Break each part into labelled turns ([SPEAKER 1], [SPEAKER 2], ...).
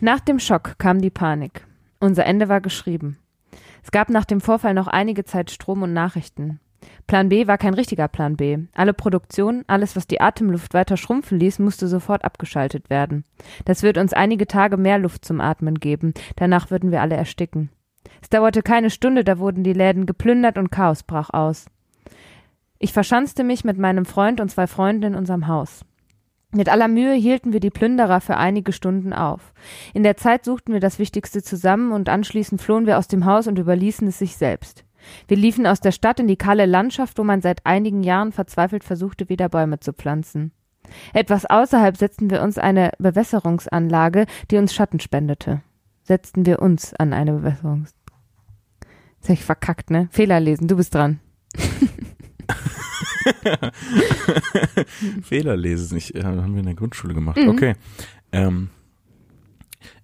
[SPEAKER 1] Nach dem Schock kam die Panik. Unser Ende war geschrieben. Es gab nach dem Vorfall noch einige Zeit Strom und Nachrichten. Plan B war kein richtiger Plan B. Alle Produktion, alles, was die Atemluft weiter schrumpfen ließ, musste sofort abgeschaltet werden. Das wird uns einige Tage mehr Luft zum Atmen geben, danach würden wir alle ersticken. Es dauerte keine Stunde, da wurden die Läden geplündert und Chaos brach aus. Ich verschanzte mich mit meinem Freund und zwei Freunden in unserem Haus. Mit aller Mühe hielten wir die Plünderer für einige Stunden auf. In der Zeit suchten wir das Wichtigste zusammen und anschließend flohen wir aus dem Haus und überließen es sich selbst. Wir liefen aus der Stadt in die kahle Landschaft, wo man seit einigen Jahren verzweifelt versuchte, wieder Bäume zu pflanzen. Etwas außerhalb setzten wir uns eine Bewässerungsanlage, die uns Schatten spendete. Setzten wir uns an eine Bewässerungs. Jetzt hab ich verkackt, ne? Fehler lesen, du bist dran.
[SPEAKER 2] Fehler lese es nicht. Ja, haben wir in der Grundschule gemacht.
[SPEAKER 1] Mhm.
[SPEAKER 2] Okay. Ähm,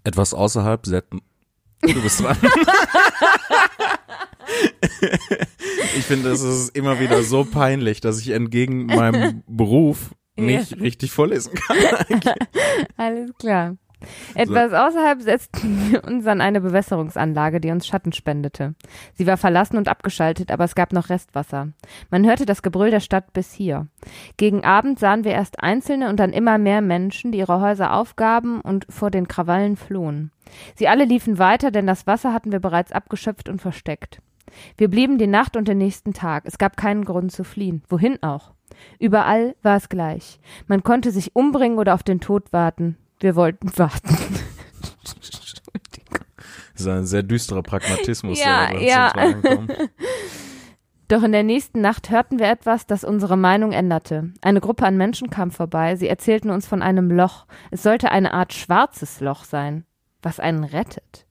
[SPEAKER 2] etwas außerhalb setzen. Du bist dran. ich finde, es ist immer wieder so peinlich, dass ich entgegen meinem Beruf nicht
[SPEAKER 1] Ja.
[SPEAKER 2] richtig vorlesen kann.
[SPEAKER 1] Alles klar. Etwas außerhalb setzten wir uns an eine Bewässerungsanlage, die uns Schatten spendete. Sie war verlassen und abgeschaltet, aber es gab noch Restwasser. Man hörte das Gebrüll der Stadt bis hier. Gegen Abend sahen wir erst einzelne und dann immer mehr Menschen, die ihre Häuser aufgaben und vor den Krawallen flohen. Sie alle liefen weiter, denn das Wasser hatten wir bereits abgeschöpft und versteckt. Wir blieben die Nacht und den nächsten Tag. Es gab keinen Grund zu fliehen. Wohin auch? Überall war es gleich. Man konnte sich umbringen oder auf den Tod warten. Wir wollten warten.
[SPEAKER 2] Das ist ein sehr düsterer Pragmatismus,
[SPEAKER 1] Ja,
[SPEAKER 2] der da
[SPEAKER 1] ja.
[SPEAKER 2] zum Tragen kommt.
[SPEAKER 1] Doch in der nächsten Nacht hörten wir etwas, das unsere Meinung änderte. Eine Gruppe an Menschen kam vorbei. Sie erzählten uns von einem Loch. Es sollte eine Art schwarzes Loch sein, was einen rettet.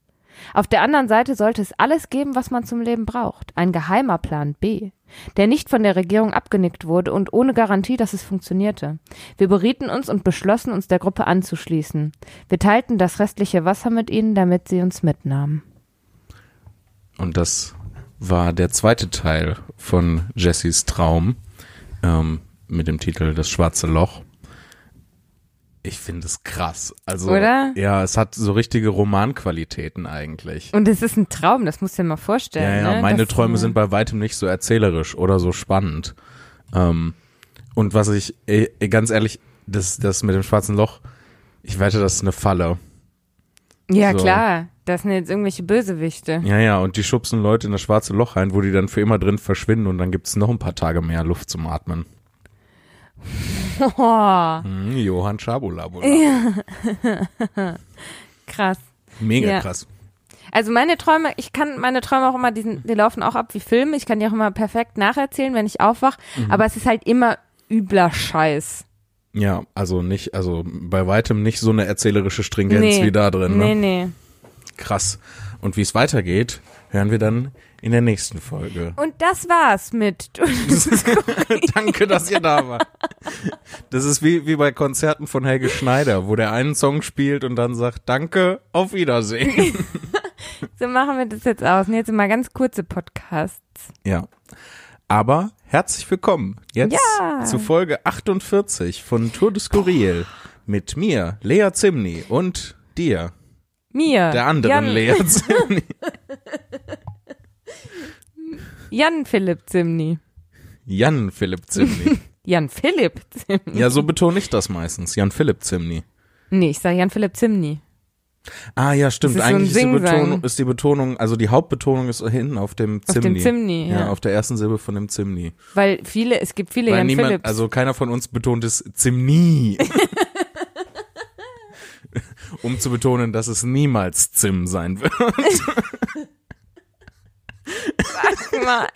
[SPEAKER 1] Auf der anderen Seite sollte es alles geben, was man zum Leben braucht. Ein geheimer Plan B, der nicht von der Regierung abgenickt wurde und ohne Garantie, dass es funktionierte. Wir berieten uns und beschlossen, uns der Gruppe anzuschließen. Wir teilten das restliche Wasser mit ihnen, damit sie uns mitnahmen.
[SPEAKER 2] Und das war der zweite Teil von Jessys Traum ähm, mit dem Titel Das schwarze Loch. Ich finde es krass. Also,
[SPEAKER 1] Oder?
[SPEAKER 2] Ja, es hat so richtige Romanqualitäten eigentlich.
[SPEAKER 1] Und es ist ein Traum, das musst du dir mal vorstellen.
[SPEAKER 2] Ja, ja,
[SPEAKER 1] ne?
[SPEAKER 2] meine
[SPEAKER 1] Das-
[SPEAKER 2] Träume sind bei weitem nicht so erzählerisch oder so spannend. Ähm, und was ich, eh, eh, ganz ehrlich, das, das mit dem schwarzen Loch, ich wette, das ist eine Falle.
[SPEAKER 1] Ja,
[SPEAKER 2] So.
[SPEAKER 1] klar. Das sind jetzt irgendwelche Bösewichte.
[SPEAKER 2] Ja, ja, und die schubsen Leute in das schwarze Loch rein, wo die dann für immer drin verschwinden und dann gibt's noch ein paar Tage mehr Luft zum Atmen.
[SPEAKER 1] Oh,
[SPEAKER 2] Hm, Johann Schabulabula.
[SPEAKER 1] krass.
[SPEAKER 2] Mega
[SPEAKER 1] Ja.
[SPEAKER 2] krass.
[SPEAKER 1] Also meine Träume, ich kann meine Träume auch immer, diesen, die laufen auch ab wie Filme. Ich kann die auch immer perfekt nacherzählen, wenn ich aufwach.
[SPEAKER 2] Mhm.
[SPEAKER 1] Aber es ist halt immer übler Scheiß.
[SPEAKER 2] Ja, also nicht, also bei weitem nicht so eine erzählerische Stringenz
[SPEAKER 1] Nee.
[SPEAKER 2] wie da drin. Ne?
[SPEAKER 1] Nee, nee.
[SPEAKER 2] Krass. Und wie es weitergeht, hören wir dann in der nächsten Folge.
[SPEAKER 1] Und das war's mit.
[SPEAKER 2] Danke, dass ihr da wart. Das ist wie, wie bei Konzerten von Helge Schneider, wo der einen Song spielt und dann sagt, danke, auf Wiedersehen.
[SPEAKER 1] So machen wir das jetzt aus. Und jetzt immer ganz kurze Podcasts.
[SPEAKER 2] Ja. Aber herzlich willkommen jetzt
[SPEAKER 1] Ja.
[SPEAKER 2] zu Folge 48 von Tour de Skurril mit mir, Lea Zimni und dir,
[SPEAKER 1] Mir.
[SPEAKER 2] der anderen
[SPEAKER 1] Jan,
[SPEAKER 2] Lea Zimni.
[SPEAKER 1] Jan Philipp Zimni.
[SPEAKER 2] Jan Philipp Zimni.
[SPEAKER 1] Jan Philipp Zimni.
[SPEAKER 2] Ja, so betone ich das meistens. Jan Philipp Zimni.
[SPEAKER 1] Nee, ich sag Jan Philipp Zimni.
[SPEAKER 2] Ah ja, stimmt.
[SPEAKER 1] Das ist so ein
[SPEAKER 2] Eigentlich ist, die
[SPEAKER 1] Singsang.
[SPEAKER 2] Betonung, ist die Betonung, also die Hauptbetonung ist hinten auf dem
[SPEAKER 1] dem
[SPEAKER 2] Zimni.
[SPEAKER 1] Zimni, ja.
[SPEAKER 2] auf der ersten Silbe von dem Zimni.
[SPEAKER 1] Weil viele, es gibt viele
[SPEAKER 2] Weil
[SPEAKER 1] Jan
[SPEAKER 2] niemand,
[SPEAKER 1] Philipps.
[SPEAKER 2] also keiner von uns betont es Zimni. um zu betonen, dass es niemals Zim sein wird.
[SPEAKER 1] Mal.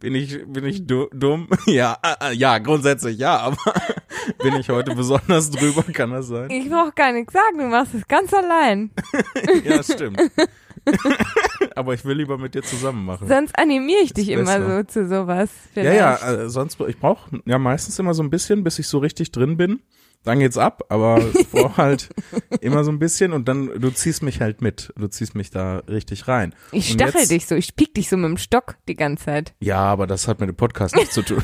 [SPEAKER 2] Bin ich, bin ich du, dumm? Ja, ah, ah, ja, grundsätzlich ja, aber bin ich heute besonders drüber, kann das sein?
[SPEAKER 1] Ich brauch gar nichts sagen, du machst es ganz allein.
[SPEAKER 2] Ja, stimmt. aber ich will lieber mit dir zusammen machen.
[SPEAKER 1] Sonst animiere ich dich immer
[SPEAKER 2] besser.
[SPEAKER 1] so zu sowas.
[SPEAKER 2] Ja,
[SPEAKER 1] Vielleicht.
[SPEAKER 2] ja, äh, sonst, ich brauche ja meistens immer so ein bisschen, bis ich so richtig drin bin. Dann geht's ab, aber ich brauche halt immer so ein bisschen und dann, du ziehst mich halt mit. Du ziehst mich da richtig rein.
[SPEAKER 1] Ich
[SPEAKER 2] Und
[SPEAKER 1] stachel
[SPEAKER 2] jetzt-
[SPEAKER 1] dich so, ich piek dich so mit dem Stock die ganze Zeit.
[SPEAKER 2] Ja, aber das hat mit dem Podcast nichts zu tun.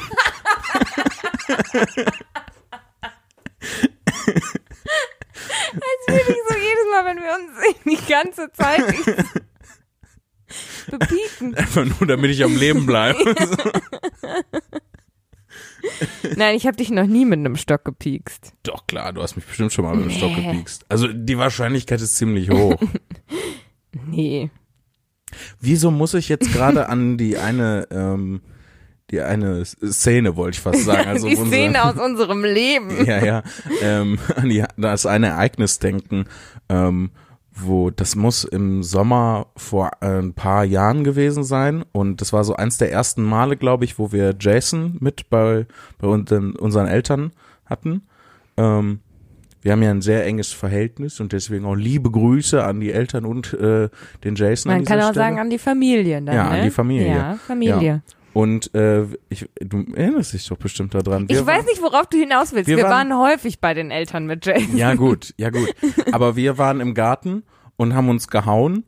[SPEAKER 1] Ich so jede super, wenn wir uns die ganze Zeit bepieken.
[SPEAKER 2] Einfach nur, damit ich am Leben bleibe.
[SPEAKER 1] Nein, ich habe dich noch nie mit einem Stock gepiekst.
[SPEAKER 2] Doch klar, du hast mich bestimmt schon mal mit dem Stock gepiekst. Also die Wahrscheinlichkeit ist ziemlich hoch.
[SPEAKER 1] Nee.
[SPEAKER 2] Wieso muss ich jetzt gerade an die eine, ähm, die eine Szene, wollte ich fast sagen. Also
[SPEAKER 1] die
[SPEAKER 2] unser-
[SPEAKER 1] Szene aus unserem Leben.
[SPEAKER 2] ja, ja, ähm, an die, das eine Ereignis denken, ähm, wo das muss im Sommer vor äh, ein paar Jahren gewesen sein und das war so eins der ersten Male, glaube ich, wo wir Jason mit bei, bei unseren, unseren Eltern hatten. Ähm, wir haben ja ein sehr enges Verhältnis und deswegen auch liebe Grüße an die Eltern und äh, den Jason. an
[SPEAKER 1] Man kann
[SPEAKER 2] dieser
[SPEAKER 1] auch
[SPEAKER 2] Stelle.
[SPEAKER 1] sagen an die Familie dann,
[SPEAKER 2] Ja, an
[SPEAKER 1] ne?
[SPEAKER 2] die Familie.
[SPEAKER 1] Ja, Familie.
[SPEAKER 2] und äh, ich, du erinnerst dich doch bestimmt daran.
[SPEAKER 1] Ich weiß nicht, worauf du hinaus willst.
[SPEAKER 2] wir
[SPEAKER 1] Wir,
[SPEAKER 2] waren-
[SPEAKER 1] waren, häufig bei den Eltern mit Jason.
[SPEAKER 2] Ja, gut, ja, gut. Aber wir waren im Garten und haben uns gehauen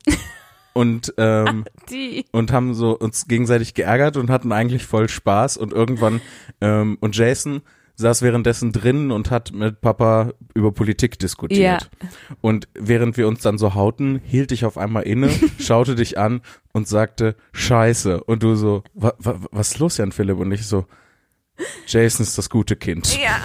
[SPEAKER 2] und, ähm,
[SPEAKER 1] Die.
[SPEAKER 2] und haben so uns gegenseitig geärgert und hatten eigentlich voll Spaß und irgendwann, ähm, und Jason saß währenddessen drinnen und hat mit Papa über Politik diskutiert. Und während wir uns dann so hauten, hielt ich auf einmal inne, schaute dich an und sagte, Scheiße. Und du so, "Wa- wa- was ist los, Jan Philipp? Und ich so, Jason ist das gute Kind.
[SPEAKER 1] Ja.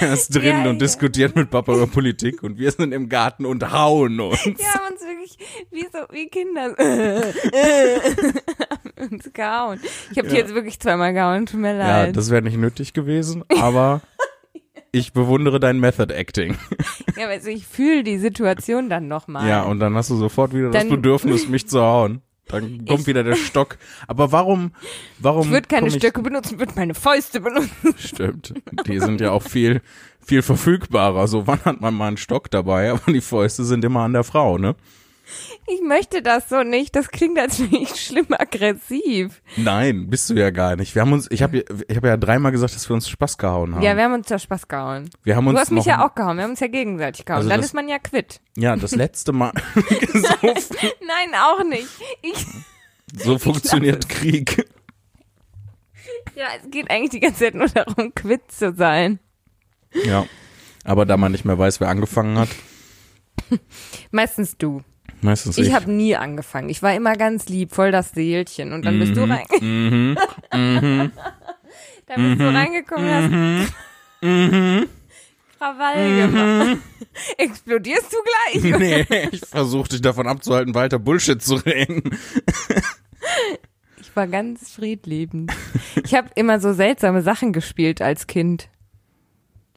[SPEAKER 2] Er ist drin
[SPEAKER 1] Ja,
[SPEAKER 2] und
[SPEAKER 1] ja.
[SPEAKER 2] diskutiert mit Papa über Politik und wir sind im Garten und hauen uns.
[SPEAKER 1] Wir haben uns wirklich wie so wie Kinder haben uns gehauen. Ich habe dich jetzt wirklich zweimal gehauen, tut mir
[SPEAKER 2] Ja,
[SPEAKER 1] leid.
[SPEAKER 2] das wäre nicht nötig gewesen, aber ich bewundere dein Method Acting.
[SPEAKER 1] Ja, also ich fühle die Situation dann nochmal.
[SPEAKER 2] Ja, und dann hast du sofort wieder das
[SPEAKER 1] Ah, Dann-
[SPEAKER 2] Bedürfnis, mich zu hauen. Dann kommt wieder der Stock. Aber warum, warum?
[SPEAKER 1] ich würde keine
[SPEAKER 2] komm ich-
[SPEAKER 1] Stöcke benutzen, würde meine Fäuste benutzen.
[SPEAKER 2] Stimmt. Die sind ja auch viel, viel verfügbarer. So, wann hat man mal einen Stock dabei? Aber die Fäuste sind immer an der Frau, ne?
[SPEAKER 1] Ich möchte das so nicht. Das klingt, als wäre ich schlimm aggressiv.
[SPEAKER 2] Nein, bist du ja gar nicht. Wir haben uns, ich habe, ich habe ja dreimal gesagt, dass wir uns Spaß gehauen haben.
[SPEAKER 1] Ja, wir haben uns ja Spaß gehauen.
[SPEAKER 2] wir haben uns
[SPEAKER 1] Du hast mich
[SPEAKER 2] noch-
[SPEAKER 1] ja auch gehauen, wir haben uns ja gegenseitig gehauen.
[SPEAKER 2] Also
[SPEAKER 1] dann
[SPEAKER 2] das-
[SPEAKER 1] ist man ja quitt.
[SPEAKER 2] Ja, das letzte Mal. so,
[SPEAKER 1] Nein, auch nicht. Ich,
[SPEAKER 2] so funktioniert Krieg.
[SPEAKER 1] ja, es geht eigentlich die ganze Zeit nur darum, quitt zu sein.
[SPEAKER 2] Ja. Aber da man nicht mehr weiß, wer angefangen hat,
[SPEAKER 1] Meistens du.
[SPEAKER 2] meistens ich.
[SPEAKER 1] Ich habe nie angefangen. Ich war immer ganz lieb, voll das Seelchen. Und dann
[SPEAKER 2] Mhm,
[SPEAKER 1] bist du rein. dann bist
[SPEAKER 2] Mhm,
[SPEAKER 1] du reingekommen und hast
[SPEAKER 2] mhm.
[SPEAKER 1] Krawall gemacht. Explodierst du gleich?
[SPEAKER 2] nee, ich versuche dich davon abzuhalten, weiter Bullshit zu reden.
[SPEAKER 1] Ich war ganz friedliebend. Ich habe immer so seltsame Sachen gespielt als Kind.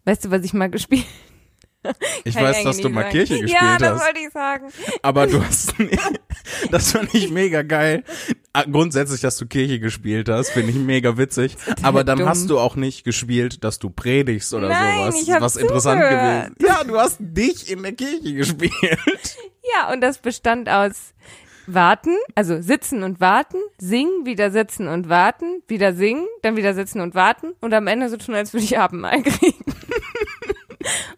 [SPEAKER 1] Weißt du, was ich mal gespielt
[SPEAKER 2] Ich
[SPEAKER 1] Kann
[SPEAKER 2] weiß,
[SPEAKER 1] eigentlich
[SPEAKER 2] dass du
[SPEAKER 1] nicht
[SPEAKER 2] mal
[SPEAKER 1] sagen.
[SPEAKER 2] Kirche gespielt
[SPEAKER 1] Ja, das
[SPEAKER 2] hast,
[SPEAKER 1] wollte ich sagen.
[SPEAKER 2] aber du hast nicht, das fand ich mega geil. Ah, Grundsätzlich, dass du Kirche gespielt hast, finde ich mega witzig. Aber dann
[SPEAKER 1] dumm.
[SPEAKER 2] hast du auch nicht gespielt, dass du predigst oder
[SPEAKER 1] Nein,
[SPEAKER 2] sowas.
[SPEAKER 1] ich hab
[SPEAKER 2] was interessant
[SPEAKER 1] zugehört.
[SPEAKER 2] gewesen. Ja, du hast dich in der Kirche gespielt.
[SPEAKER 1] Ja, und das bestand aus warten, also sitzen und warten, singen, wieder sitzen und warten, wieder singen, dann wieder sitzen und warten und am Ende so tun, als würde ich Abendmahl kriegen.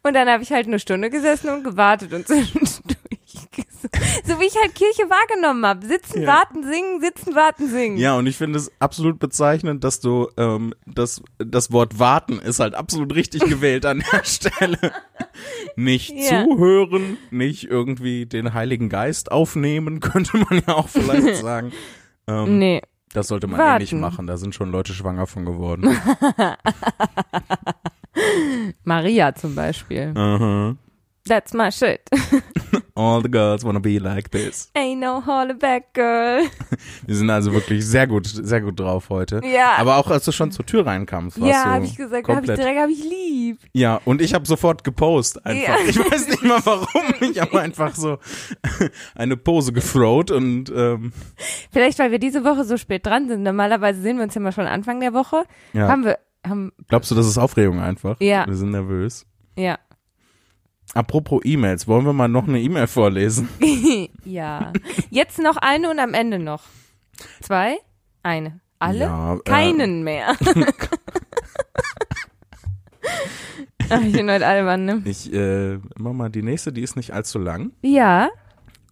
[SPEAKER 1] und dann habe ich halt eine Stunde gesessen und gewartet und zwischendurch ges- so wie ich halt Kirche wahrgenommen hab Sitzen,
[SPEAKER 2] Ja.
[SPEAKER 1] warten, singen, sitzen, warten, singen.
[SPEAKER 2] Ja, und ich finde es absolut bezeichnend, dass du ähm, das, das Wort warten ist halt absolut richtig gewählt an der Stelle. Nicht
[SPEAKER 1] Ja.
[SPEAKER 2] zuhören, nicht irgendwie den Heiligen Geist aufnehmen, könnte man ja auch vielleicht sagen.
[SPEAKER 1] Nee.
[SPEAKER 2] Das sollte man eh nicht
[SPEAKER 1] Warten.
[SPEAKER 2] machen, da sind schon Leute schwanger von geworden.
[SPEAKER 1] Maria zum Beispiel.
[SPEAKER 2] Mhm.
[SPEAKER 1] That's my shit.
[SPEAKER 2] All the girls wanna be like this.
[SPEAKER 1] Ain't no hollaback girl.
[SPEAKER 2] Wir sind also wirklich sehr gut, sehr gut drauf heute.
[SPEAKER 1] Ja.
[SPEAKER 2] Aber auch als du schon zur Tür reinkamst, warst
[SPEAKER 1] ja,
[SPEAKER 2] du
[SPEAKER 1] habe ich gesagt, habe ich
[SPEAKER 2] komplett
[SPEAKER 1] direkt, habe ich lieb.
[SPEAKER 2] Ja, und ich hab sofort gepostet einfach.
[SPEAKER 1] Ja.
[SPEAKER 2] Ich weiß nicht mal warum. Ich hab einfach so eine Pose gefrowt und ähm,
[SPEAKER 1] Vielleicht, weil wir diese Woche so spät dran sind. Normalerweise sehen wir uns ja mal schon Anfang der Woche.
[SPEAKER 2] Ja.
[SPEAKER 1] Haben wir, haben,
[SPEAKER 2] glaubst du, das ist Aufregung einfach?
[SPEAKER 1] Ja.
[SPEAKER 2] Wir sind nervös.
[SPEAKER 1] ja.
[SPEAKER 2] Apropos E-Mails, wollen wir mal noch eine E-Mail vorlesen?
[SPEAKER 1] ja. Jetzt noch eine und am Ende noch. Zwei? Eine. Alle?
[SPEAKER 2] Ja, äh,
[SPEAKER 1] Keinen mehr. Ach, ich bin heute albern, ne?
[SPEAKER 2] Ich äh, mach mal die nächste, die ist nicht allzu lang.
[SPEAKER 1] Ja,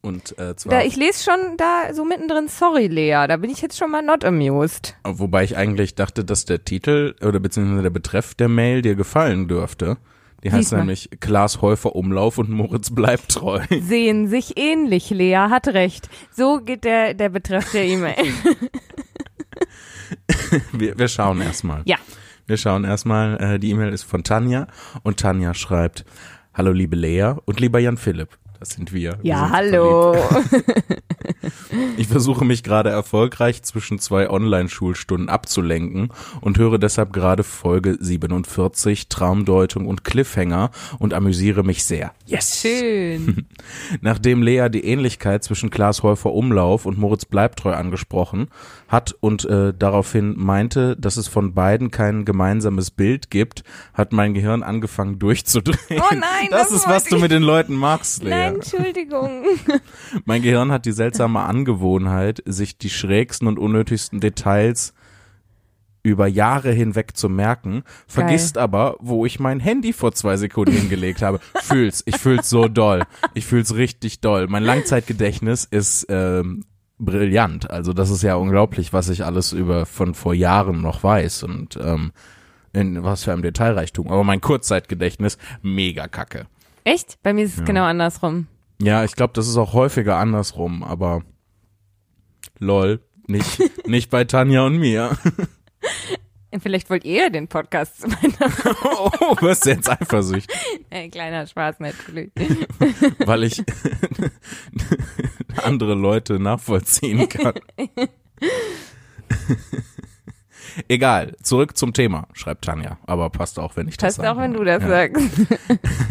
[SPEAKER 2] Und äh, zwar,
[SPEAKER 1] da, ich lese schon da so mittendrin, sorry Lea, da bin ich jetzt schon mal not amused.
[SPEAKER 2] wobei ich eigentlich dachte, dass der Titel oder beziehungsweise der Betreff der Mail dir gefallen dürfte. Die heißt
[SPEAKER 1] Sieht man.
[SPEAKER 2] nämlich Klaas Häufer Umlauf und Moritz bleibt treu.
[SPEAKER 1] Sehen sich ähnlich, Lea hat recht. So geht der, der Betreff der E-Mail.
[SPEAKER 2] Wir, wir schauen erstmal.
[SPEAKER 1] Ja.
[SPEAKER 2] Wir schauen erstmal. Äh, die E-Mail ist von Tanja und Tanja schreibt: Hallo, liebe Lea und lieber Jan Philipp. Das sind wir. wir
[SPEAKER 1] Ja,
[SPEAKER 2] sind
[SPEAKER 1] hallo.
[SPEAKER 2] Verliebt. Ich versuche mich gerade erfolgreich zwischen zwei Online-Schulstunden abzulenken und höre deshalb gerade Folge 47, Traumdeutung und Cliffhanger und amüsiere mich sehr. Yes.
[SPEAKER 1] Schön.
[SPEAKER 2] Nachdem Lea die Ähnlichkeit zwischen Klaas Häufer Umlauf und Moritz Bleibtreu angesprochen hat und äh, daraufhin meinte, dass es von beiden kein gemeinsames Bild gibt, hat mein Gehirn angefangen durchzudrehen.
[SPEAKER 1] Oh nein,
[SPEAKER 2] das,
[SPEAKER 1] das
[SPEAKER 2] ist, was
[SPEAKER 1] wollte
[SPEAKER 2] du
[SPEAKER 1] ich-
[SPEAKER 2] mit den Leuten machst, Lea.
[SPEAKER 1] Nein, Entschuldigung.
[SPEAKER 2] Mein Gehirn hat die seltsame Angewohnheit, sich die schrägsten und unnötigsten Details über Jahre hinweg zu merken, vergisst aber, wo ich mein Handy vor zwei Sekunden hingelegt habe. Fühl's, ich fühl's so doll. Ich fühl's richtig doll. Mein Langzeitgedächtnis ist ähm, brillant. Also das ist ja unglaublich, was ich alles über von vor Jahren noch weiß und ähm, in was für einem Detailreichtum. Aber mein Kurzzeitgedächtnis, mega kacke.
[SPEAKER 1] Echt? Bei mir ist es genau andersrum.
[SPEAKER 2] Ja, ich glaube, das ist auch häufiger andersrum, aber lol, nicht, nicht bei Tanja und mir.
[SPEAKER 1] Vielleicht wollt ihr den Podcast zu meiner.
[SPEAKER 2] Oh, wirst du jetzt eifersüchtig,
[SPEAKER 1] Äh, kleiner Spaß natürlich.
[SPEAKER 2] weil ich andere Leute nachvollziehen kann. Egal, zurück zum Thema, schreibt Tanja, aber passt auch, wenn ich das
[SPEAKER 1] Passt
[SPEAKER 2] sage.
[SPEAKER 1] auch, wenn du das
[SPEAKER 2] Ja.
[SPEAKER 1] sagst.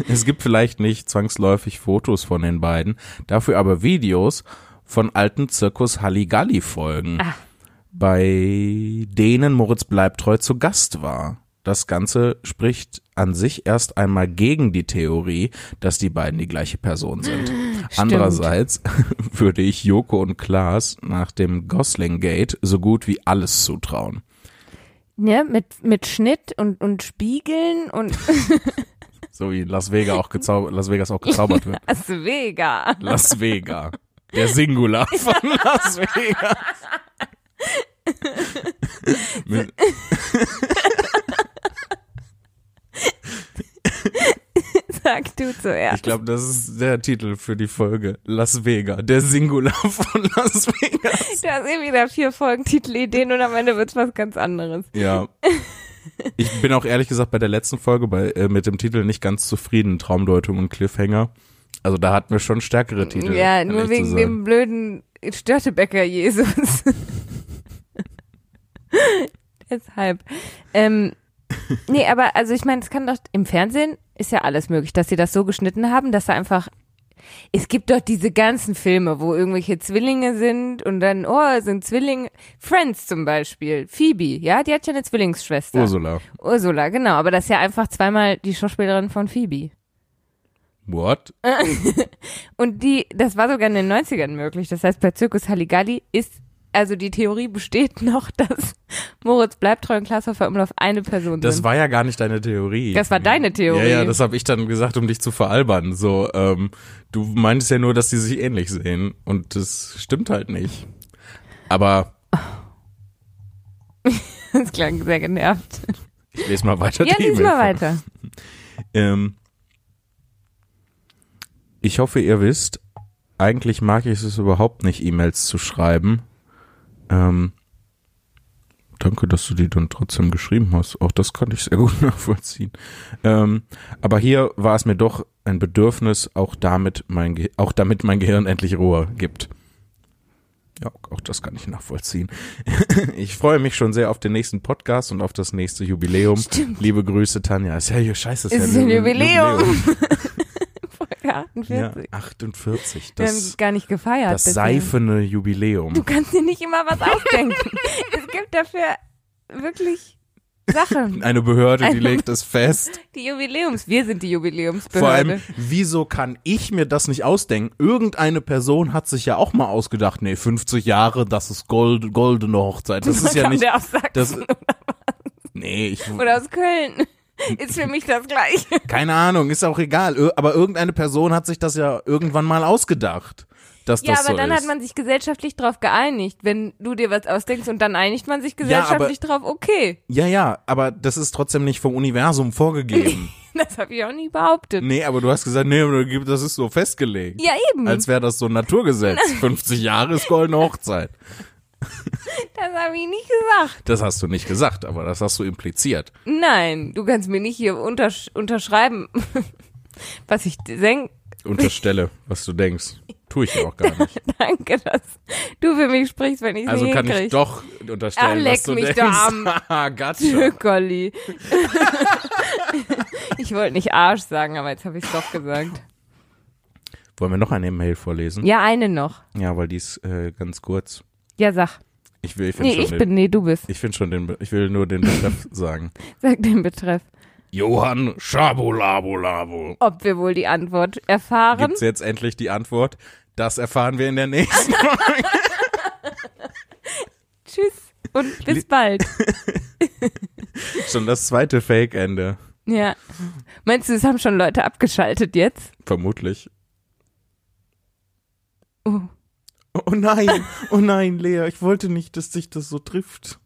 [SPEAKER 2] Es gibt vielleicht nicht zwangsläufig Fotos von den beiden, dafür aber Videos von alten Zirkus Halligalli Folgen, bei denen Moritz Bleibtreu zu Gast war. Das Ganze spricht an sich erst einmal gegen die Theorie, dass die beiden die gleiche Person sind. Andererseits würde ich Joko und Klaas nach dem Gosling Gate so gut wie alles zutrauen.
[SPEAKER 1] Ne? Mit, mit Schnitt und, und Spiegeln und
[SPEAKER 2] So wie Las Vegas auch gezaubert, Las Vegas auch gezaubert wird.
[SPEAKER 1] Las Vegas.
[SPEAKER 2] Las Vegas. Der Singular von Las Vegas. Mit-
[SPEAKER 1] Sag du
[SPEAKER 2] Ich
[SPEAKER 1] zuerst.
[SPEAKER 2] glaube, das ist der Titel für die Folge. Las Vegas. Der Singular von Las Vegas.
[SPEAKER 1] Du hast eh wieder vier Folgentitelideen und am Ende wird's was ganz anderes.
[SPEAKER 2] Ja. Ich bin auch ehrlich gesagt bei der letzten Folge bei, äh, mit dem Titel nicht ganz zufrieden. Traumdeutung und Cliffhanger. Also da hatten wir schon stärkere Titel.
[SPEAKER 1] ja,
[SPEAKER 2] um
[SPEAKER 1] nur
[SPEAKER 2] ehrlich zu
[SPEAKER 1] wegen
[SPEAKER 2] sein.
[SPEAKER 1] dem blöden Störtebäcker Jesus. Deshalb. Ähm, nee, aber also ich meine, es kann doch im Fernsehen ist ja alles möglich, dass sie das so geschnitten haben, dass da einfach es gibt doch diese ganzen Filme, wo irgendwelche Zwillinge sind und dann, oh, sind Zwillinge. Friends zum Beispiel, Phoebe, ja, die hat ja eine Zwillingsschwester.
[SPEAKER 2] Ursula.
[SPEAKER 1] Ursula, genau, aber das ist ja einfach zweimal die Schauspielerin von Phoebe.
[SPEAKER 2] What?
[SPEAKER 1] Und die, das war sogar in den 90ern möglich. Das heißt, bei Zirkus Halligalli ist, also die Theorie besteht noch, dass Moritz Bleibtreu und Klaas Hofer Umlauf eine Person
[SPEAKER 2] Das
[SPEAKER 1] sind.
[SPEAKER 2] war ja gar nicht deine Theorie.
[SPEAKER 1] Das war deine Theorie.
[SPEAKER 2] Ja, ja, das habe ich dann gesagt, um dich zu veralbern. So, ähm, du meintest ja nur, dass die sich ähnlich sehen und das stimmt halt nicht. Aber
[SPEAKER 1] Das klang sehr genervt.
[SPEAKER 2] ich lese mal weiter.
[SPEAKER 1] Ja,
[SPEAKER 2] die
[SPEAKER 1] lies
[SPEAKER 2] E-Mail
[SPEAKER 1] mal
[SPEAKER 2] vor.
[SPEAKER 1] weiter.
[SPEAKER 2] Ähm, ich hoffe, ihr wisst, eigentlich mag ich es überhaupt nicht, E-Mails zu schreiben. Ähm, danke, dass du die dann trotzdem geschrieben hast. Auch das konnte ich sehr gut nachvollziehen. Ähm, aber hier war es mir doch ein Bedürfnis, auch damit mein, Ge auch damit mein Gehirn endlich Ruhe gibt. Ja, auch das kann ich nachvollziehen. ich freue mich schon sehr auf den nächsten Podcast und auf das nächste Jubiläum.
[SPEAKER 1] Stimmt.
[SPEAKER 2] Liebe Grüße, Tanja. Ist ja scheiße.
[SPEAKER 1] Es
[SPEAKER 2] ja
[SPEAKER 1] ist ein Jubiläum. Folge
[SPEAKER 2] Ja,
[SPEAKER 1] 48.
[SPEAKER 2] 48.
[SPEAKER 1] Wir haben
[SPEAKER 2] Das,
[SPEAKER 1] gar nicht gefeiert.
[SPEAKER 2] das
[SPEAKER 1] deswegen.
[SPEAKER 2] seifene
[SPEAKER 1] ah, Du
[SPEAKER 2] Jubiläum.
[SPEAKER 1] kannst dir nicht immer was ausdenken. es gibt dafür wirklich Sachen.
[SPEAKER 2] Eine Behörde, die
[SPEAKER 1] Eine-
[SPEAKER 2] legt es fest.
[SPEAKER 1] Die Jubiläums. Wir sind die Jubiläumsbehörde.
[SPEAKER 2] Vor allem, wieso kann ich mir das nicht ausdenken? Irgendeine Person hat sich ja auch mal ausgedacht, nee, 50 Jahre, das ist gold, goldene Hochzeit. Das ist ja
[SPEAKER 1] Kam
[SPEAKER 2] nicht,
[SPEAKER 1] der aus Sachsen
[SPEAKER 2] das, nee, ich,
[SPEAKER 1] oder aus Köln. Ist für mich das gleiche.
[SPEAKER 2] keine Ahnung, ist auch egal. Ir- Aber irgendeine Person hat sich das ja irgendwann mal ausgedacht. dass
[SPEAKER 1] Ja,
[SPEAKER 2] das
[SPEAKER 1] aber
[SPEAKER 2] so
[SPEAKER 1] dann
[SPEAKER 2] ist.
[SPEAKER 1] hat man sich gesellschaftlich drauf geeinigt. Wenn du dir was ausdenkst und dann einigt man sich gesellschaftlich drauf, okay.
[SPEAKER 2] ja, ja, aber das ist trotzdem nicht vom Universum vorgegeben.
[SPEAKER 1] Das habe ich auch nie behauptet.
[SPEAKER 2] nee, aber du hast gesagt, nee, das ist so festgelegt.
[SPEAKER 1] Ja, hm. eben.
[SPEAKER 2] Als wäre das so ein Naturgesetz. 50 Jahre ist goldene Hochzeit.
[SPEAKER 1] das habe ich nicht gesagt.
[SPEAKER 2] Das hast du nicht gesagt, aber das hast du impliziert.
[SPEAKER 1] Nein, du kannst mir nicht hier untersch unterschreiben, was ich denk.
[SPEAKER 2] Unterstelle, was du denkst. Tue ich ja auch gar nicht.
[SPEAKER 1] Danke, dass du für mich sprichst, wenn ich es
[SPEAKER 2] Also
[SPEAKER 1] nicht
[SPEAKER 2] kann
[SPEAKER 1] hinkrieg.
[SPEAKER 2] ich doch unterstellen,
[SPEAKER 1] Ach, leck
[SPEAKER 2] was du
[SPEAKER 1] mich
[SPEAKER 2] denkst.
[SPEAKER 1] doch am-
[SPEAKER 2] Haha, gotcha.
[SPEAKER 1] Türkolli. ich wollte nicht Arsch sagen, aber jetzt habe ich es doch gesagt.
[SPEAKER 2] Wollen wir noch eine Mail vorlesen?
[SPEAKER 1] Ja, eine noch.
[SPEAKER 2] Ja, weil die ist äh, ganz kurz.
[SPEAKER 1] Ja, sag.
[SPEAKER 2] Ich will, ich finde
[SPEAKER 1] Nee,
[SPEAKER 2] schon,
[SPEAKER 1] ich
[SPEAKER 2] den,
[SPEAKER 1] bin, nee, du bist.
[SPEAKER 2] ich find schon den, Be- ich will nur den Betreff sagen.
[SPEAKER 1] Sag den Betreff.
[SPEAKER 2] Johann Schabulabolabo.
[SPEAKER 1] Ob wir wohl die Antwort erfahren?
[SPEAKER 2] Gibt's jetzt endlich die Antwort? Das erfahren wir in der nächsten.
[SPEAKER 1] Tschüss und bis bald.
[SPEAKER 2] schon das zweite Fake-Ende.
[SPEAKER 1] Ja. Meinst du, es haben schon Leute abgeschaltet jetzt?
[SPEAKER 2] Vermutlich.
[SPEAKER 1] Oh.
[SPEAKER 2] Oh nein, oh nein, Lea, ich wollte nicht, dass dich das so trifft.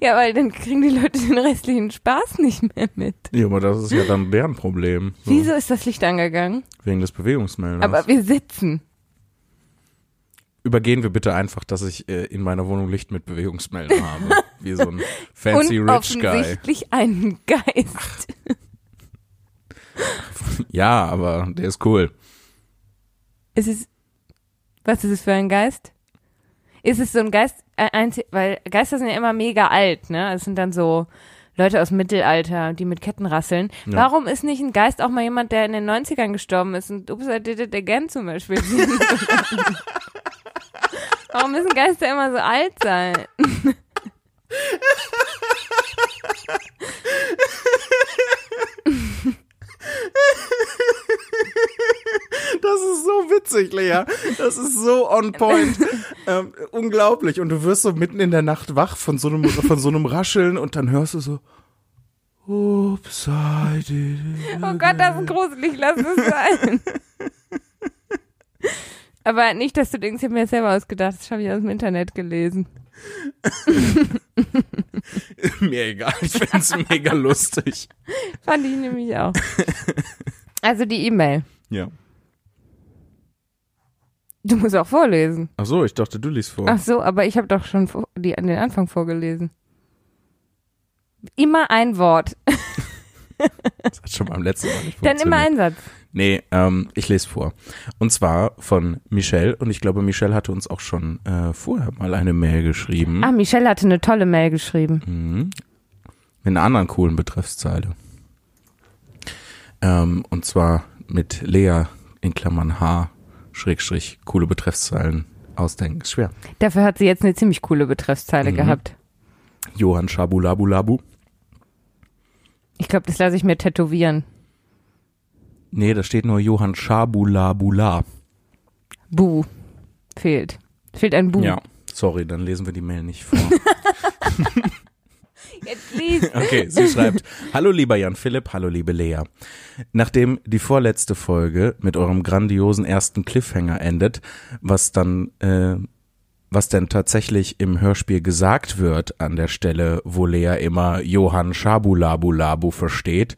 [SPEAKER 1] Ja, weil dann kriegen die Leute den restlichen Spaß nicht mehr mit.
[SPEAKER 2] Ja, aber das ist ja dann deren Problem. So,
[SPEAKER 1] Wieso ist das Licht angegangen?
[SPEAKER 2] Wegen des Bewegungsmelders.
[SPEAKER 1] Aber wir sitzen.
[SPEAKER 2] Übergehen wir bitte einfach, dass ich äh, in meiner Wohnung Licht mit Bewegungsmelder habe. Wie so ein fancy
[SPEAKER 1] und
[SPEAKER 2] rich guy.
[SPEAKER 1] offensichtlich einen Geist.
[SPEAKER 2] Ja, aber der ist cool.
[SPEAKER 1] Es ist. Was ist es für ein Geist? Ist es so ein Geist, ein, einzi- weil Geister sind ja immer mega alt, ne? Es sind dann so Leute aus dem Mittelalter, die mit Ketten rasseln.
[SPEAKER 2] Ja.
[SPEAKER 1] Warum ist nicht ein Geist auch mal jemand, der in den 90ern gestorben ist? Und Ups, I did it again zum Beispiel. Warum müssen Geister immer so alt sein?
[SPEAKER 2] Das ist so witzig, Lea. Das ist so on point. Ähm, unglaublich. Und du wirst so mitten in der Nacht wach von so einem, von so einem Rascheln und dann hörst du so. Ups, I did it.
[SPEAKER 1] Oh Gott, das ist gruselig, lass es sein. Aber nicht, dass du denkst, ich habe mir das selber ausgedacht, das habe ich aus dem Internet gelesen.
[SPEAKER 2] Mir egal, ich find's mega lustig.
[SPEAKER 1] Fand ich nämlich auch. Also die E-Mail.
[SPEAKER 2] Ja.
[SPEAKER 1] Du musst auch vorlesen.
[SPEAKER 2] Ach so, ich dachte, du liest vor.
[SPEAKER 1] Ach so, aber ich habe doch schon vor- die, an den Anfang vorgelesen. Immer ein Wort,
[SPEAKER 2] Das hat schon beim letzten Mal nicht
[SPEAKER 1] dann immer
[SPEAKER 2] funktioniert.
[SPEAKER 1] ein Satz.
[SPEAKER 2] Nee, ähm, ich lese vor. Und zwar von Michelle. Und ich glaube, Michelle hatte uns auch schon äh, vorher mal eine Mail geschrieben.
[SPEAKER 1] Ah, Michelle hatte eine tolle Mail geschrieben.
[SPEAKER 2] Mhm. Mit einer anderen coolen Betreffszeile. Ähm, und zwar mit Lea in Klammern H, Schrägstrich, coole Betreffszeilen ausdenken. Ist schwer.
[SPEAKER 1] Dafür hat sie jetzt eine ziemlich coole Betreffszeile
[SPEAKER 2] Mhm.
[SPEAKER 1] gehabt.
[SPEAKER 2] Johann Schabulabulabu.
[SPEAKER 1] Ich glaube, das lasse ich mir tätowieren.
[SPEAKER 2] Nee, da steht nur Johann Schabulabula.
[SPEAKER 1] Bu. Fehlt. Fehlt ein Bu.
[SPEAKER 2] Ja. Sorry, dann lesen wir die Mail nicht vor.
[SPEAKER 1] Jetzt lies.
[SPEAKER 2] Okay, sie schreibt, hallo lieber Jan Philipp, hallo liebe Lea. Nachdem die vorletzte Folge mit eurem grandiosen ersten Cliffhanger endet, was dann, äh, was denn tatsächlich im Hörspiel gesagt wird an der Stelle, wo Lea immer Johann Schabulabulabu versteht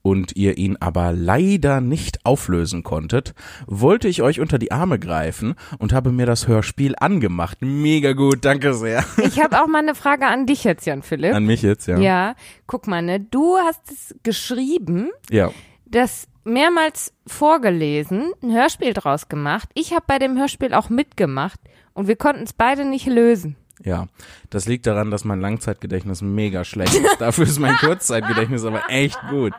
[SPEAKER 2] und ihr ihn aber leider nicht auflösen konntet, wollte ich euch unter die Arme greifen und habe mir das Hörspiel angemacht. Mega gut, danke sehr.
[SPEAKER 1] Ich habe auch mal eine Frage an dich jetzt, Jan Philipp.
[SPEAKER 2] An mich jetzt, ja.
[SPEAKER 1] ja, guck mal, ne? Du hast es geschrieben,
[SPEAKER 2] ja.
[SPEAKER 1] das mehrmals vorgelesen, ein Hörspiel draus gemacht. Ich habe bei dem Hörspiel auch mitgemacht und wir konnten es beide nicht lösen.
[SPEAKER 2] Ja, das liegt daran, dass mein Langzeitgedächtnis mega schlecht ist. Dafür ist mein Kurzzeitgedächtnis aber echt gut.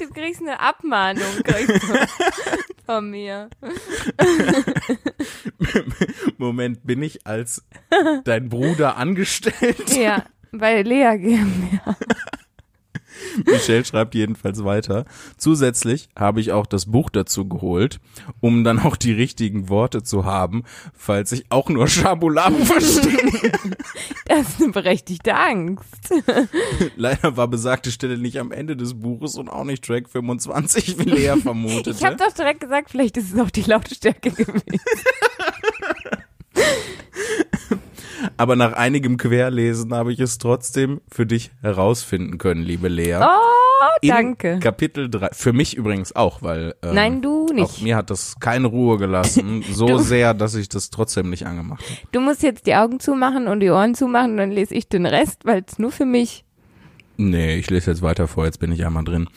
[SPEAKER 1] Du kriegst eine Abmahnung kriegst du von mir.
[SPEAKER 2] Moment, bin ich als dein Bruder angestellt?
[SPEAKER 1] Ja, bei Lea GmbH.
[SPEAKER 2] Michelle schreibt jedenfalls weiter. Zusätzlich habe ich auch das Buch dazu geholt, um dann auch die richtigen Worte zu haben, falls ich auch nur Schabulaben verstehe.
[SPEAKER 1] Das ist eine berechtigte Angst.
[SPEAKER 2] Leider war besagte Stelle nicht am Ende des Buches und auch nicht Track 25, wie Lea vermutete.
[SPEAKER 1] Ich habe doch direkt gesagt, vielleicht ist es auch die Lautstärke gewesen.
[SPEAKER 2] Aber nach einigem Querlesen habe ich es trotzdem für dich herausfinden können, liebe Lea.
[SPEAKER 1] Oh,
[SPEAKER 2] In
[SPEAKER 1] danke.
[SPEAKER 2] Kapitel 3. Für mich übrigens auch, weil. Ähm,
[SPEAKER 1] Nein, du
[SPEAKER 2] Auch
[SPEAKER 1] nicht.
[SPEAKER 2] mir hat das keine Ruhe gelassen. So sehr, dass ich das trotzdem nicht angemacht habe.
[SPEAKER 1] Du musst jetzt die Augen zumachen und die Ohren zumachen und dann lese ich den Rest, weil es nur für mich.
[SPEAKER 2] Nee, ich lese jetzt weiter vor, jetzt bin ich einmal drin.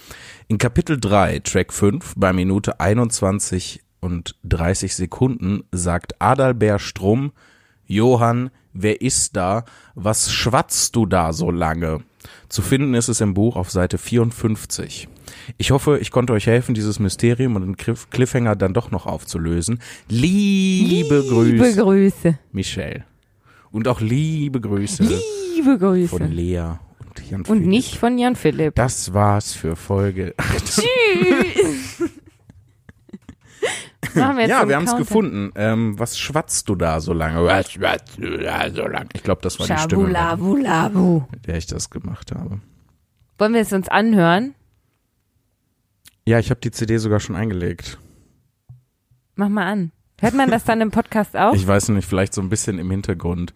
[SPEAKER 2] In Kapitel 3, Track 5, bei Minute 21 und 30 Sekunden sagt Adalbert Strumm, Johann, wer ist da? Was schwatzt du da so lange? Zu finden ist es im Buch auf Seite 54. Ich hoffe, ich konnte euch helfen, dieses Mysterium und den Cliff- Cliffhanger dann doch noch aufzulösen. Liebe,
[SPEAKER 1] Liebe
[SPEAKER 2] Grüße,
[SPEAKER 1] Grüße.
[SPEAKER 2] Michelle. Und auch liebe Grüße
[SPEAKER 1] Liebe Grüße.
[SPEAKER 2] von Lea und Jan
[SPEAKER 1] und
[SPEAKER 2] Friedrich.
[SPEAKER 1] nicht von Jan Philipp.
[SPEAKER 2] Das war's für Folge 8.
[SPEAKER 1] Machen wir jetzt
[SPEAKER 2] Ja,
[SPEAKER 1] einen
[SPEAKER 2] wir haben's
[SPEAKER 1] Counter.
[SPEAKER 2] gefunden. Ähm, was schwatzt du da so lange? Was schwatzt du da so lange? Ich glaube, das war die Stimme,
[SPEAKER 1] Schabulabulabu.
[SPEAKER 2] mit der ich das gemacht habe.
[SPEAKER 1] Wollen wir es uns anhören?
[SPEAKER 2] Ja, ich habe die CD sogar schon eingelegt.
[SPEAKER 1] Mach mal an. Hört man das dann im Podcast auch? Ich,
[SPEAKER 2] Ich weiß nicht, vielleicht so ein bisschen im Hintergrund.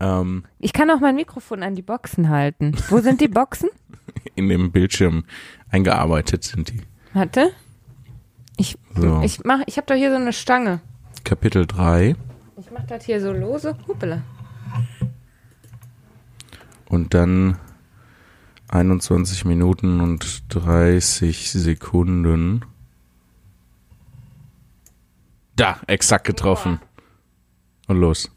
[SPEAKER 2] Ähm,
[SPEAKER 1] kann auch mein Mikrofon an die Boxen halten. Wo sind die Boxen?
[SPEAKER 2] in dem Bildschirm eingearbeitet sind die.
[SPEAKER 1] Warte. Ich,
[SPEAKER 2] So.
[SPEAKER 1] ich mach, ich habe doch hier so eine Stange.
[SPEAKER 2] Kapitel 3.
[SPEAKER 1] Ich mach das hier so lose. Hupela.
[SPEAKER 2] Und dann 21 Minuten und 30 Sekunden. Da, exakt getroffen. Und los.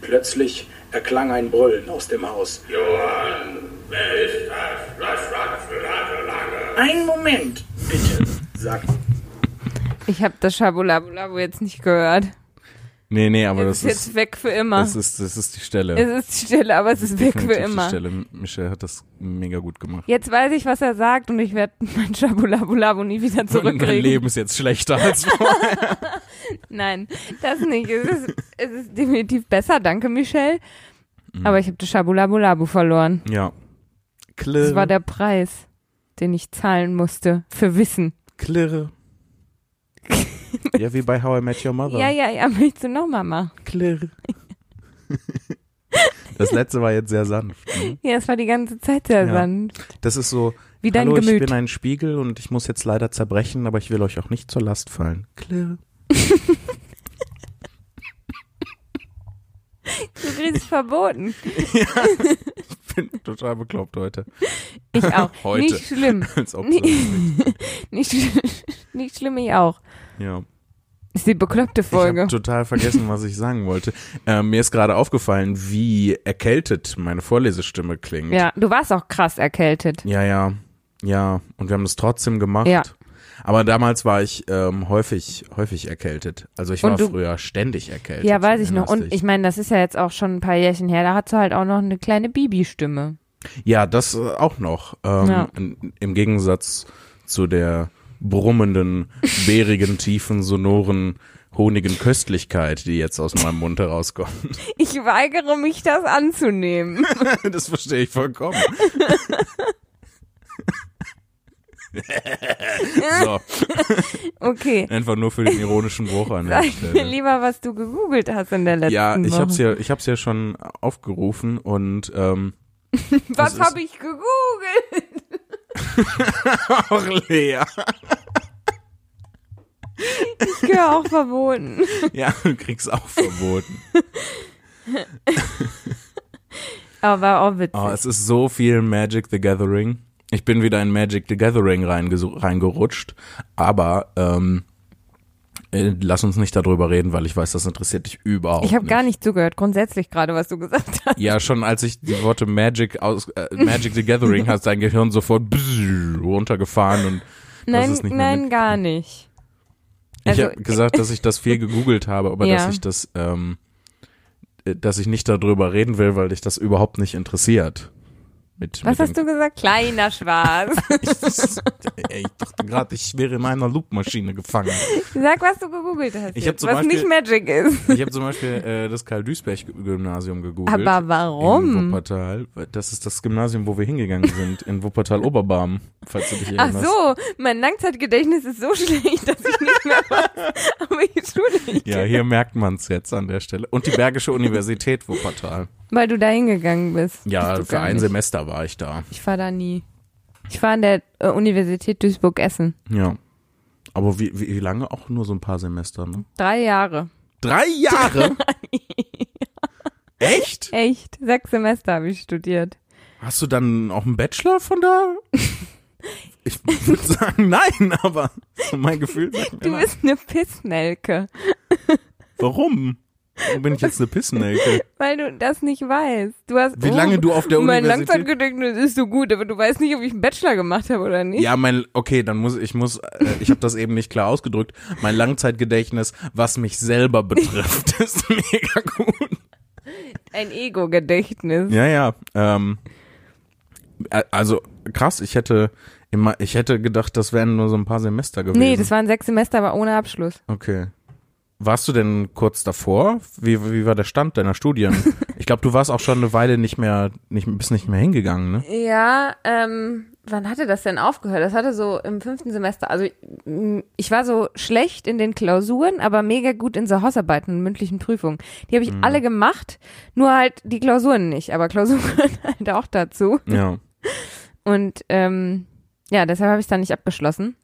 [SPEAKER 3] Plötzlich erklang ein Brüllen aus dem Haus. Ein Moment, bitte, sagt
[SPEAKER 1] Ich habe das Schabulabulabu jetzt nicht gehört.
[SPEAKER 2] Nee, nee, aber
[SPEAKER 1] Das
[SPEAKER 2] das
[SPEAKER 1] ist jetzt
[SPEAKER 2] ist,
[SPEAKER 1] weg für immer.
[SPEAKER 2] das ist, das ist die Stelle.
[SPEAKER 1] es ist still, aber es ist weg für
[SPEAKER 2] Definitiv Die
[SPEAKER 1] immer.
[SPEAKER 2] Stelle. Michelle hat das mega gut gemacht.
[SPEAKER 1] Jetzt weiß ich, was er sagt und ich werde mein Schabulabulabu nie wieder
[SPEAKER 2] Mein
[SPEAKER 1] zurückkriegen.
[SPEAKER 2] Leben ist jetzt schlechter als vorher.
[SPEAKER 1] Nein, das nicht. Es ist, es ist definitiv besser, danke Michelle.
[SPEAKER 2] Mhm.
[SPEAKER 1] Aber ich habe das Schabulabulabu verloren.
[SPEAKER 2] ja.
[SPEAKER 1] Das war
[SPEAKER 2] Klirre,
[SPEAKER 1] der Preis, den ich zahlen musste für Wissen.
[SPEAKER 2] klirre. ja, wie bei How I Met Your Mother.
[SPEAKER 1] Ja, ja, ja, möchtest du nochmal machen?
[SPEAKER 2] Klirr. Das letzte war jetzt sehr sanft. Ne?
[SPEAKER 1] Ja, es war die ganze Zeit sehr
[SPEAKER 2] Ja.
[SPEAKER 1] sanft.
[SPEAKER 2] Das ist so,
[SPEAKER 1] Wie dein
[SPEAKER 2] hallo, ich
[SPEAKER 1] Gemüt.
[SPEAKER 2] bin ein Spiegel und ich muss jetzt leider zerbrechen, aber ich will euch auch nicht zur Last fallen. Klirr.
[SPEAKER 1] Du kriegst verboten.
[SPEAKER 2] Bin total bekloppt heute.
[SPEAKER 1] Ich auch.
[SPEAKER 2] Heute.
[SPEAKER 1] Nicht schlimm.
[SPEAKER 2] Als ob so.
[SPEAKER 1] Nicht, schl- nicht schlimm, ich auch.
[SPEAKER 2] Ja.
[SPEAKER 1] Ist die bekloppte
[SPEAKER 2] Ich
[SPEAKER 1] Folge.
[SPEAKER 2] habe total vergessen, was ich sagen wollte. Ähm, mir ist gerade aufgefallen, wie erkältet meine Vorlesestimme klingt.
[SPEAKER 1] Ja, du warst auch krass erkältet.
[SPEAKER 2] Ja, ja, ja. Und wir haben das trotzdem gemacht.
[SPEAKER 1] Ja.
[SPEAKER 2] Aber damals war ich ähm, häufig, häufig erkältet. Also ich
[SPEAKER 1] Und
[SPEAKER 2] war
[SPEAKER 1] du-
[SPEAKER 2] früher ständig erkältet.
[SPEAKER 1] Ja, weiß ich noch.
[SPEAKER 2] erinnerst
[SPEAKER 1] Und
[SPEAKER 2] dich.
[SPEAKER 1] ich meine, das ist ja jetzt auch schon ein paar Jährchen her. Da hat sie halt auch noch eine kleine Bibi-Stimme.
[SPEAKER 2] Ja, das äh, auch noch. Ähm,
[SPEAKER 1] Ja.
[SPEAKER 2] in, Im Gegensatz zu der brummenden, bärigen, tiefen, sonoren, honigen Köstlichkeit, die jetzt aus meinem Mund herauskommt.
[SPEAKER 1] Ich weigere mich, das anzunehmen.
[SPEAKER 2] Das verstehe ich vollkommen. so,
[SPEAKER 1] Okay.
[SPEAKER 2] einfach nur für den ironischen Bruch an der
[SPEAKER 1] Sag mir
[SPEAKER 2] Stelle.
[SPEAKER 1] lieber, was du gegoogelt hast in der letzten
[SPEAKER 2] Ja, ich
[SPEAKER 1] Woche.
[SPEAKER 2] hab's ja, ich hab's ja schon aufgerufen und ähm,
[SPEAKER 1] Was
[SPEAKER 2] das ist-
[SPEAKER 1] habe ich gegoogelt?
[SPEAKER 2] auch Lea.
[SPEAKER 1] Ich gehöre auch verboten.
[SPEAKER 2] Ja, du kriegst auch verboten.
[SPEAKER 1] Aber war auch witzig.
[SPEAKER 2] Oh, es ist so viel Magic the Gathering. Ich bin wieder in Magic the Gathering reingesu- reingerutscht, aber ähm, äh, lass uns nicht darüber reden, weil ich weiß, das interessiert dich überhaupt
[SPEAKER 1] ich habe
[SPEAKER 2] nicht.
[SPEAKER 1] gar nicht zugehört, grundsätzlich gerade, was du gesagt hast.
[SPEAKER 2] Ja, schon als ich die Worte Magic aus äh, Magic the Gathering hat dein Gehirn sofort bzzz runtergefahren und das
[SPEAKER 1] Nein,
[SPEAKER 2] ist nicht mehr
[SPEAKER 1] nein, gar nicht.
[SPEAKER 2] mit. Ich
[SPEAKER 1] Also-
[SPEAKER 2] hab habe gesagt, dass ich das viel gegoogelt habe, aber
[SPEAKER 1] Ja.
[SPEAKER 2] dass ich das ähm, äh, dass ich nicht darüber reden will, weil dich das überhaupt nicht interessiert. Mit,
[SPEAKER 1] Was
[SPEAKER 2] mit
[SPEAKER 1] hast du gesagt? Kleiner Schwarz.
[SPEAKER 2] Ich, ich dachte gerade, ich wäre in einer Loopmaschine gefangen.
[SPEAKER 1] Sag, was du gegoogelt hast.
[SPEAKER 2] Ich hab
[SPEAKER 1] jetzt,
[SPEAKER 2] zum
[SPEAKER 1] was
[SPEAKER 2] Beispiel-
[SPEAKER 1] nicht Magic ist.
[SPEAKER 2] Ich habe zum Beispiel äh, das Karl-Duisberg-Gymnasium gegoogelt.
[SPEAKER 1] Aber
[SPEAKER 2] In
[SPEAKER 1] warum?
[SPEAKER 2] Wuppertal. Das ist das Gymnasium, wo wir hingegangen sind. In Wuppertal-Oberbarm, falls du dich
[SPEAKER 1] Ach
[SPEAKER 2] erinnerst.
[SPEAKER 1] so, mein Langzeitgedächtnis ist so schlecht, dass ich nicht mehr weiß, aber ich Schule nicht.
[SPEAKER 2] Ja, hier merkt man es jetzt an der Stelle. Und die Bergische Universität Wuppertal.
[SPEAKER 1] Weil du da hingegangen bist. Bist
[SPEAKER 2] Ja,
[SPEAKER 1] du
[SPEAKER 2] für
[SPEAKER 1] gar
[SPEAKER 2] ein
[SPEAKER 1] nicht.
[SPEAKER 2] Semester war ich da.
[SPEAKER 1] Ich war da nie. Ich war an der äh, Universität Duisburg-Essen.
[SPEAKER 2] Ja. Aber wie, wie lange? Auch nur so ein paar Semester, ne?
[SPEAKER 1] Drei Jahre.
[SPEAKER 2] Drei Jahre? Echt?
[SPEAKER 1] Echt. Sechs Semester habe ich studiert.
[SPEAKER 2] Hast du dann auch einen Bachelor von da? Ich würde sagen, nein, aber so mein Gefühl sagt mir
[SPEAKER 1] Du
[SPEAKER 2] nein.
[SPEAKER 1] bist eine Pissnelke,
[SPEAKER 2] Warum? Warum bin ich jetzt eine Pissnelke?
[SPEAKER 1] weil du das nicht weißt. Du hast
[SPEAKER 2] Wie
[SPEAKER 1] oh,
[SPEAKER 2] lange du auf der
[SPEAKER 1] mein
[SPEAKER 2] Universität...
[SPEAKER 1] Langzeitgedächtnis ist so gut, aber du weißt nicht, ob ich einen Bachelor gemacht habe oder nicht.
[SPEAKER 2] Ja, mein, okay, dann muss ich muss, äh, ich habe das eben nicht klar ausgedrückt. Mein Langzeitgedächtnis, was mich selber betrifft, ist mega gut.
[SPEAKER 1] Ein Ego-Gedächtnis.
[SPEAKER 2] Ja, ja. Ähm, a- also krass, ich hätte immer, ich hätte gedacht, das wären nur so ein paar Semester gewesen.
[SPEAKER 1] Nee, das waren sechs Semester, aber ohne Abschluss.
[SPEAKER 2] Okay. Warst du denn kurz davor? Wie, wie war der Stand deiner Studien? Ich glaube, du warst auch schon eine Weile nicht mehr, nicht, bist nicht mehr hingegangen, ne?
[SPEAKER 1] Ja, ähm, wann hatte das denn aufgehört? Das hatte so im fünften Semester. Also m, ich war so schlecht in den Klausuren, aber mega gut in so Hausarbeiten und mündlichen Prüfungen. Die habe ich alle gemacht, nur halt die Klausuren nicht. Aber Klausuren gehören halt auch dazu.
[SPEAKER 2] Ja.
[SPEAKER 1] Und ähm, ja, deshalb habe ich es dann nicht abgeschlossen.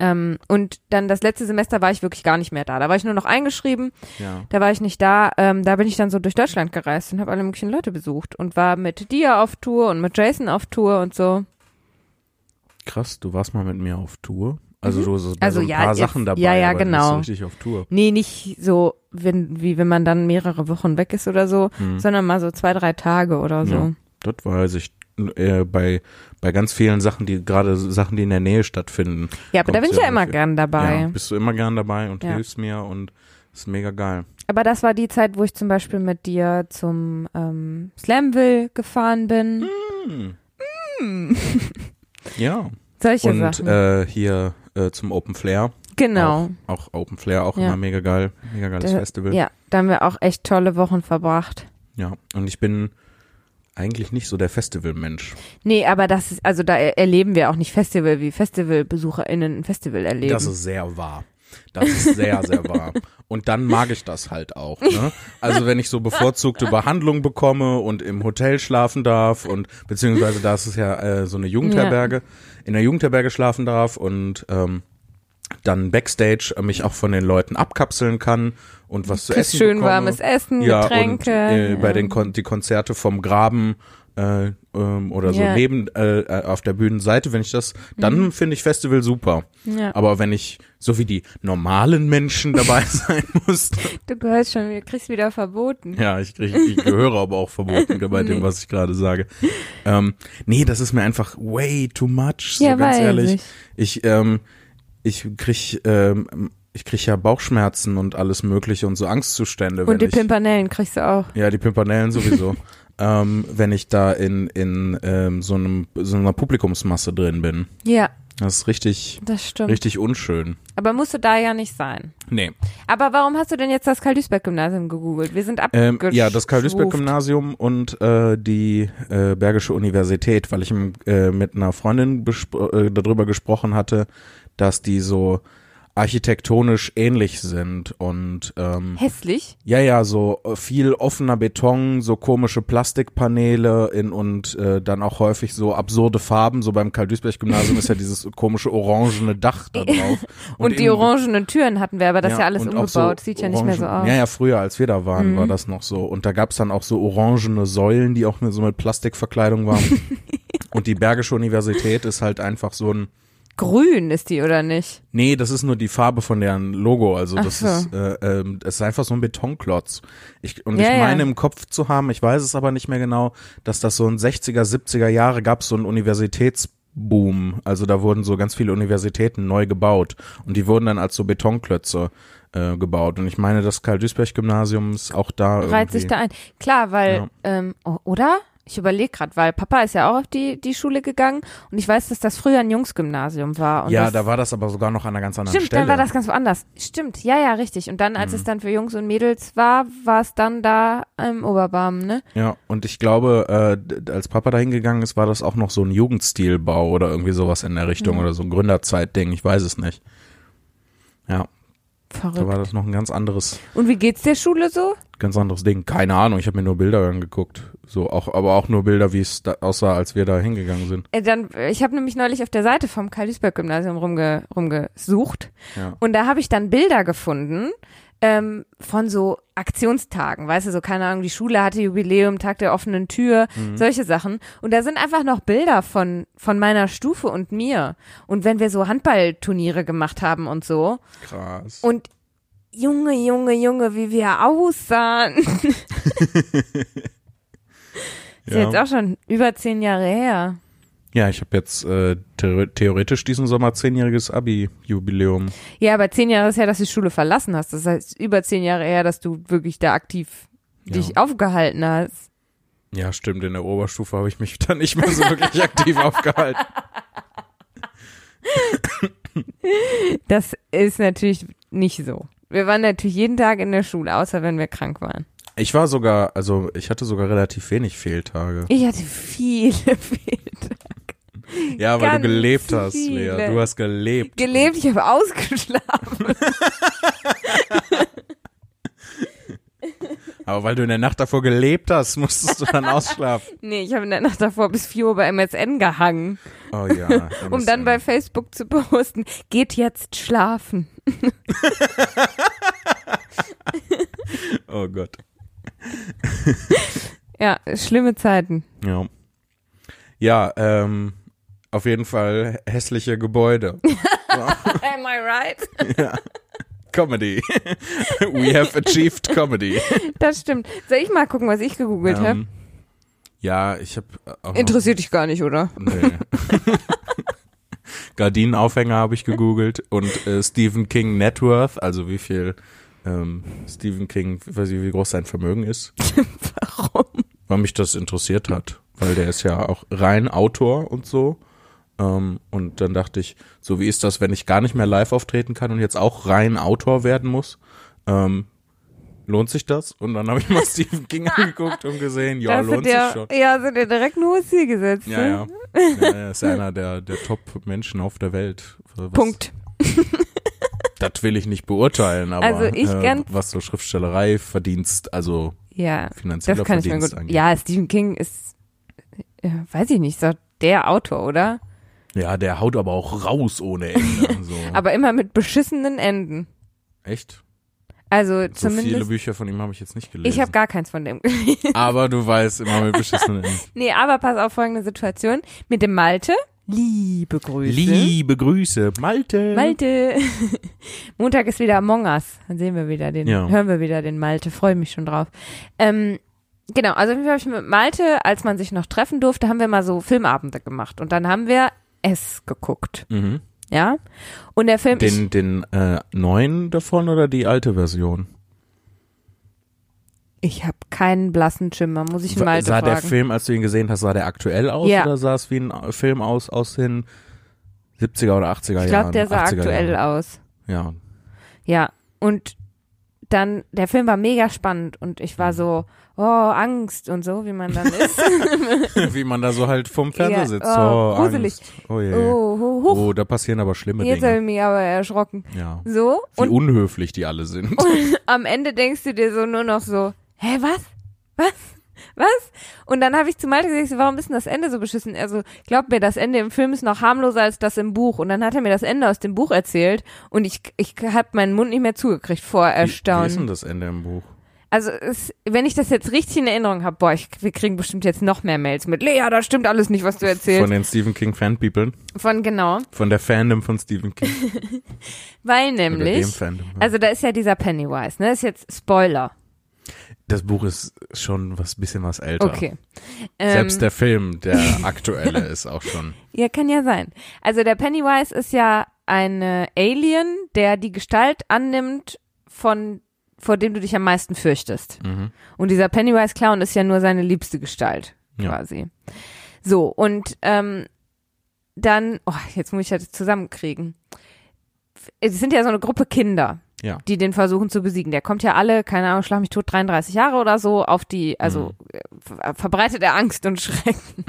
[SPEAKER 1] Ähm, und dann das letzte Semester war ich wirklich gar nicht mehr da. Da war ich nur noch eingeschrieben,
[SPEAKER 2] Ja.
[SPEAKER 1] da war ich nicht da. Ähm, da bin ich dann so durch Deutschland gereist und habe alle möglichen Leute besucht und war mit dir auf Tour und mit Jason auf Tour und so.
[SPEAKER 2] Krass, du warst mal mit mir auf Tour. Also du hast
[SPEAKER 1] Also
[SPEAKER 2] so ein
[SPEAKER 1] ja,
[SPEAKER 2] paar
[SPEAKER 1] jetzt-
[SPEAKER 2] Sachen dabei,
[SPEAKER 1] ja, ja,
[SPEAKER 2] aber nicht
[SPEAKER 1] genau.
[SPEAKER 2] so richtig auf Tour.
[SPEAKER 1] Nee, nicht so, wenn, wie wenn man dann mehrere Wochen weg ist oder so, sondern mal so zwei, drei Tage oder so.
[SPEAKER 2] Mhm. Ja, das weiß ich. Äh, bei, bei ganz vielen Sachen, die gerade Sachen, die in der Nähe stattfinden.
[SPEAKER 1] Ja, aber da bin
[SPEAKER 2] Kommt's
[SPEAKER 1] ich ja immer
[SPEAKER 2] häufig.
[SPEAKER 1] gern dabei.
[SPEAKER 2] Ja, bist du immer gern dabei und
[SPEAKER 1] Ja.
[SPEAKER 2] hilfst mir und ist mega geil.
[SPEAKER 1] Aber das war die Zeit, wo ich zum Beispiel mit dir zum ähm, Slamville gefahren bin.
[SPEAKER 2] Mhm.
[SPEAKER 1] Hm.
[SPEAKER 2] Hm. Ja.
[SPEAKER 1] Solche
[SPEAKER 2] Und
[SPEAKER 1] Sachen.
[SPEAKER 2] äh, hier äh, zum Open Flair.
[SPEAKER 1] genau.
[SPEAKER 2] Auch, auch Open Flair, auch
[SPEAKER 1] Ja.
[SPEAKER 2] immer mega geil. Mega geiles
[SPEAKER 1] Da-
[SPEAKER 2] Festival.
[SPEAKER 1] Ja, da haben wir auch echt tolle Wochen verbracht.
[SPEAKER 2] ja. Und ich bin eigentlich nicht so der Festivalmensch.
[SPEAKER 1] Nee, aber das ist, also da er- erleben wir auch nicht Festival, wie FestivalbesucherInnen ein Festival erleben.
[SPEAKER 2] Das ist sehr wahr. Das ist sehr, sehr wahr. Und dann mag ich das halt auch. Ne? Also wenn ich so bevorzugte Behandlung bekomme und im Hotel schlafen darf und beziehungsweise da ist es ja äh, so eine Jugendherberge, in der Jugendherberge schlafen darf und ähm, dann Backstage mich auch von den Leuten abkapseln kann und was zu
[SPEAKER 1] Kriegst
[SPEAKER 2] essen
[SPEAKER 1] schön
[SPEAKER 2] bekomme.
[SPEAKER 1] warmes Essen,
[SPEAKER 2] ja,
[SPEAKER 1] Getränke.
[SPEAKER 2] Und, äh, Bei
[SPEAKER 1] ja.
[SPEAKER 2] den Kon die Konzerte vom Graben äh, ähm, oder so
[SPEAKER 1] Ja. Mhm.
[SPEAKER 2] neben äh, äh, auf der Bühnenseite, wenn ich das, dann finde ich Festival super.
[SPEAKER 1] Ja.
[SPEAKER 2] Aber wenn ich so wie die normalen Menschen dabei sein muss,
[SPEAKER 1] du gehörst schon, wieder, kriegst wieder verboten.
[SPEAKER 2] ja, ich, krieg, ich gehöre aber auch verboten bei dem, was ich gerade sage. Ähm, nee, das ist mir einfach way too much, so
[SPEAKER 1] Ja,
[SPEAKER 2] ganz
[SPEAKER 1] weiß
[SPEAKER 2] ehrlich. Ich, ähm, ich krieg, ähm, ich krieg ja Bauchschmerzen und alles mögliche und so Angstzustände. wenn
[SPEAKER 1] Und die
[SPEAKER 2] ich,
[SPEAKER 1] Pimpernellen kriegst du auch.
[SPEAKER 2] Ja, die Pimpernellen sowieso. ähm, wenn ich da in, in ähm, so, einem, so einer Publikumsmasse drin bin.
[SPEAKER 1] Ja,
[SPEAKER 2] Das ist richtig,
[SPEAKER 1] das stimmt.
[SPEAKER 2] richtig unschön.
[SPEAKER 1] Aber musst du da ja nicht sein.
[SPEAKER 2] Nee.
[SPEAKER 1] Aber warum hast du denn jetzt das Karl-Duisberg-Gymnasium gegoogelt? Wir sind
[SPEAKER 2] Ähm,
[SPEAKER 1] abgeschruft.
[SPEAKER 2] ja, das Karl-Duisberg-Gymnasium und äh, die äh, Bergische Universität, weil ich im, äh, mit einer Freundin bespro- äh, darüber gesprochen hatte, dass die so architektonisch ähnlich sind und ähm,
[SPEAKER 1] Hässlich?
[SPEAKER 2] Ja, ja, so äh, viel offener Beton, so komische Plastikpaneele in und äh, dann auch häufig so absurde Farben. So beim Karl-Duisberg-Gymnasium ist ja dieses komische orangene Dach da drauf.
[SPEAKER 1] Und, die
[SPEAKER 2] innen-
[SPEAKER 1] orangenen Türen hatten wir, aber das ist ja alles
[SPEAKER 2] und auch
[SPEAKER 1] umgebaut.
[SPEAKER 2] so
[SPEAKER 1] Sieht ja nicht mehr so
[SPEAKER 2] orangen-
[SPEAKER 1] aus. Mhm.
[SPEAKER 2] Ja, ja, früher, als wir da waren, war das noch so. Und da gab's dann auch so orangene Säulen, die auch mit so mit Plastikverkleidung waren. und die Bergische Universität ist halt einfach so ein
[SPEAKER 1] Grün ist die, oder nicht?
[SPEAKER 2] Nee, das ist nur die Farbe von deren Logo. Also
[SPEAKER 1] Ach
[SPEAKER 2] das
[SPEAKER 1] so.
[SPEAKER 2] ist, äh, ähm, das ist einfach so ein Betonklotz. Ich, und
[SPEAKER 1] Ja,
[SPEAKER 2] ich
[SPEAKER 1] ja.
[SPEAKER 2] meine im Kopf zu haben, ich weiß es aber nicht mehr genau, dass das so in 60er, 70er Jahre gab so einen Universitätsboom. Also da wurden so ganz viele Universitäten neu gebaut und die wurden dann als so Betonklötze äh, gebaut. Und ich meine, das Karl-Duisberg-Gymnasium ist auch da
[SPEAKER 1] Reiht
[SPEAKER 2] irgendwie.
[SPEAKER 1] sich da ein. Klar, weil, ähm, o- oder? Ich überlege gerade, weil Papa ist ja auch auf die, die Schule gegangen und ich weiß, dass das früher ein Jungsgymnasium war. Und
[SPEAKER 2] Ja,
[SPEAKER 1] das,
[SPEAKER 2] da war das aber sogar noch an einer ganz anderen
[SPEAKER 1] Stimmt,
[SPEAKER 2] Stelle. Mhm.
[SPEAKER 1] dann war das ganz woanders. Stimmt, ja, ja, richtig. Und dann, als es dann für Jungs und Mädels war, war es dann da im Oberbarm, ne?
[SPEAKER 2] Ja, und ich glaube, äh, d- als Papa dahin gegangen ist, war das auch noch so ein Jugendstilbau oder irgendwie sowas in der Richtung oder so ein Gründerzeitding, ich weiß es nicht. Ja, da war
[SPEAKER 1] Verrückt.
[SPEAKER 2] das noch ein ganz anderes,
[SPEAKER 1] Und wie geht's der Schule so?
[SPEAKER 2] ganz anderes Ding. Keine Ahnung, ich habe mir nur Bilder angeguckt, so auch, aber auch nur Bilder, wie es da aussah, als wir da hingegangen sind.
[SPEAKER 1] Äh, Dann, ich habe nämlich neulich auf der Seite vom Karl-Duisberg-Gymnasium rumge, rumgesucht
[SPEAKER 2] Ja.
[SPEAKER 1] und da habe ich dann Bilder gefunden ähm, von so Aktionstagen, weißt du, so keine Ahnung, die Schule hatte Jubiläum, Tag der offenen Tür,
[SPEAKER 2] Mhm.
[SPEAKER 1] solche Sachen. Und da sind einfach noch Bilder von, von meiner Stufe und mir. Und wenn wir so Handballturniere gemacht haben und so.
[SPEAKER 2] Krass.
[SPEAKER 1] Und Junge, Junge, Junge, wie wir aussahen. Ist
[SPEAKER 2] Ja.
[SPEAKER 1] jetzt auch schon über zehn Jahre her.
[SPEAKER 2] Ja, ich habe jetzt äh, the theoretisch diesen Sommer zehnjähriges Abi-Jubiläum.
[SPEAKER 1] Ja, aber zehn Jahre ist her, dass du die Schule verlassen hast. Das heißt, über zehn Jahre her, dass du wirklich da aktiv dich aufgehalten hast.
[SPEAKER 2] Ja, stimmt, in der Oberstufe habe ich mich dann nicht mehr so wirklich aktiv aufgehalten.
[SPEAKER 1] Das ist natürlich nicht so. Wir waren natürlich jeden Tag in der Schule, außer wenn wir krank waren.
[SPEAKER 2] Ich war sogar, also ich hatte sogar relativ wenig Fehltage.
[SPEAKER 1] Ich hatte viele Fehler.
[SPEAKER 2] Ja, weil du
[SPEAKER 1] Ganz
[SPEAKER 2] gelebt hast,
[SPEAKER 1] viele.
[SPEAKER 2] Lea. Du hast gelebt.
[SPEAKER 1] Gelebt, ich habe ausgeschlafen.
[SPEAKER 2] Aber weil du in der Nacht davor gelebt hast, musstest du dann ausschlafen.
[SPEAKER 1] Nee, ich habe in der Nacht davor bis 4 Uhr bei MSN gehangen,
[SPEAKER 2] Oh ja.
[SPEAKER 1] um dann bei Facebook zu posten, geht jetzt schlafen.
[SPEAKER 2] Oh Gott.
[SPEAKER 1] Ja, schlimme Zeiten.
[SPEAKER 2] Ja. Ja, ähm, auf jeden Fall hässliche Gebäude.
[SPEAKER 1] Am I right?
[SPEAKER 2] Comedy. We have achieved comedy.
[SPEAKER 1] Das stimmt. Soll ich mal gucken, was ich gegoogelt habe?
[SPEAKER 2] Ähm, ja, ich habe auch noch-
[SPEAKER 1] Interessiert dich gar nicht, oder?
[SPEAKER 2] Nee. Gardinenaufhänger habe ich gegoogelt und äh, Stephen King Networth, also wie viel ähm, Stephen King, weiß ich, wie groß sein Vermögen ist.
[SPEAKER 1] Warum?
[SPEAKER 2] weil mich das interessiert hat, weil der ist ja auch rein Autor und so. Ähm, und dann dachte ich, so wie ist das, wenn ich gar nicht mehr live auftreten kann und jetzt auch rein Autor werden muss? Ähm, lohnt sich das? Und dann habe ich mal Stephen King angeguckt und gesehen, ja,
[SPEAKER 1] Da
[SPEAKER 2] lohnt
[SPEAKER 1] sind
[SPEAKER 2] sich
[SPEAKER 1] ja,
[SPEAKER 2] schon.
[SPEAKER 1] ja, sind ja direkt ein hohes Ziel gesetzt.
[SPEAKER 2] Ja,
[SPEAKER 1] ne?
[SPEAKER 2] ja. ja, ja ist ja einer der, der Top-Menschen auf der Welt. Was,
[SPEAKER 1] Punkt.
[SPEAKER 2] Das will ich nicht beurteilen, aber
[SPEAKER 1] Also ich
[SPEAKER 2] äh,
[SPEAKER 1] ganz-
[SPEAKER 2] was so Schriftstellerei, Verdienst, also
[SPEAKER 1] Ja,
[SPEAKER 2] finanzieller
[SPEAKER 1] das kann ich mir
[SPEAKER 2] Verdienst
[SPEAKER 1] gut.
[SPEAKER 2] angeht.
[SPEAKER 1] Ja, Stephen King ist, äh, weiß ich nicht, so der Autor, oder?
[SPEAKER 2] ja, der haut aber auch raus ohne Ende. So.
[SPEAKER 1] Aber immer mit beschissenen Enden.
[SPEAKER 2] Echt?
[SPEAKER 1] Also
[SPEAKER 2] So viele
[SPEAKER 1] zumindest.
[SPEAKER 2] Bücher von ihm habe ich jetzt nicht gelesen.
[SPEAKER 1] Ich habe gar keins von dem gelesen.
[SPEAKER 2] aber du weißt immer mit beschissenen Enden.
[SPEAKER 1] Nee, aber pass auf folgende Situation. Mit dem Malte. Liebe Grüße.
[SPEAKER 2] Liebe Grüße, Malte.
[SPEAKER 1] Malte. Montag ist wieder Among Us. Dann sehen wir wieder den,
[SPEAKER 2] Ja.
[SPEAKER 1] hören wir wieder den Malte. Freue mich schon drauf. Ähm, genau, also auf jeden Fall habe ich mit Malte, als man sich noch treffen durfte, haben wir mal so Filmabende gemacht. Und dann haben wir S geguckt.
[SPEAKER 2] Mhm.
[SPEAKER 1] Ja? Und der Film ich,
[SPEAKER 2] Den, den äh, neuen davon oder die alte Version?
[SPEAKER 1] ich habe keinen blassen Schimmer, muss ich
[SPEAKER 2] Wa-
[SPEAKER 1] Malte
[SPEAKER 2] sah der
[SPEAKER 1] fragen.
[SPEAKER 2] Film, als du ihn gesehen hast, sah der aktuell aus
[SPEAKER 1] Ja.
[SPEAKER 2] oder sah es wie ein äh, Film aus aus den 70er oder 80er Jahren?
[SPEAKER 1] ich glaube, der sah
[SPEAKER 2] 80er
[SPEAKER 1] aktuell
[SPEAKER 2] Jahren.
[SPEAKER 1] aus.
[SPEAKER 2] Ja.
[SPEAKER 1] Ja. Und dann, der Film war mega spannend und ich
[SPEAKER 2] Mhm.
[SPEAKER 1] war so, oh, Angst und so, wie man dann ist.
[SPEAKER 2] wie man da so halt vorm Fernseher
[SPEAKER 1] Ja,
[SPEAKER 2] sitzt.
[SPEAKER 1] oh,
[SPEAKER 2] Oh,
[SPEAKER 1] gruselig.
[SPEAKER 2] Angst. Oh, je. oh.
[SPEAKER 1] oh, ho, hoch.
[SPEAKER 2] da passieren aber schlimme
[SPEAKER 1] Jetzt habe
[SPEAKER 2] Dinge.
[SPEAKER 1] ich mich aber erschrocken.
[SPEAKER 2] Ja.
[SPEAKER 1] So,
[SPEAKER 2] Wie
[SPEAKER 1] und Oh,
[SPEAKER 2] unhöflich die alle sind.
[SPEAKER 1] am Ende denkst du dir so nur noch so, hä, was? Was? Was? Und dann habe ich zu Malte gesagt, ich so, warum ist denn das Ende so beschissen? Er so, glaub mir, das Ende im Film ist noch harmloser als das im Buch. Und dann hat er mir das Ende aus dem Buch erzählt und ich, ich habe meinen Mund nicht mehr zugekriegt vor
[SPEAKER 2] Wie, wie ist denn
[SPEAKER 1] Erstaunen.
[SPEAKER 2] das Ende im Buch?
[SPEAKER 1] Also es, wenn ich das jetzt richtig in Erinnerung habe, boah, ich, wir kriegen bestimmt jetzt noch mehr Mails mit, Lea, da stimmt alles nicht, was du
[SPEAKER 2] Von
[SPEAKER 1] erzählst.
[SPEAKER 2] den Stephen King Fanpeople?
[SPEAKER 1] Von, genau,
[SPEAKER 2] Von der Fandom von Stephen King?
[SPEAKER 1] weil
[SPEAKER 2] Oder
[SPEAKER 1] nämlich,
[SPEAKER 2] dem Fandom? ja.
[SPEAKER 1] also da ist ja dieser Pennywise, ne, ist jetzt Spoiler.
[SPEAKER 2] das Buch ist schon was bisschen was älter.
[SPEAKER 1] Okay. Ähm,
[SPEAKER 2] Selbst der Film, der aktuelle, ist auch schon.
[SPEAKER 1] Ja, kann ja sein. Also der Pennywise ist ja ein äh, Alien, der die Gestalt annimmt von
[SPEAKER 2] Mhm.
[SPEAKER 1] vor dem du dich am meisten fürchtest. Und dieser Pennywise Clown ist ja nur seine liebste Gestalt.
[SPEAKER 2] Ja.
[SPEAKER 1] quasi. So, und ähm, dann, oh, jetzt muss ich das zusammenkriegen. Es sind ja so eine Gruppe Kinder,
[SPEAKER 2] Ja.
[SPEAKER 1] die den versuchen zu besiegen. Der kommt ja alle, keine Ahnung, schlag mich tot, 33 Jahre oder so, auf die, also
[SPEAKER 2] Mhm.
[SPEAKER 1] äh, ver- verbreitet er Angst und Schrecken.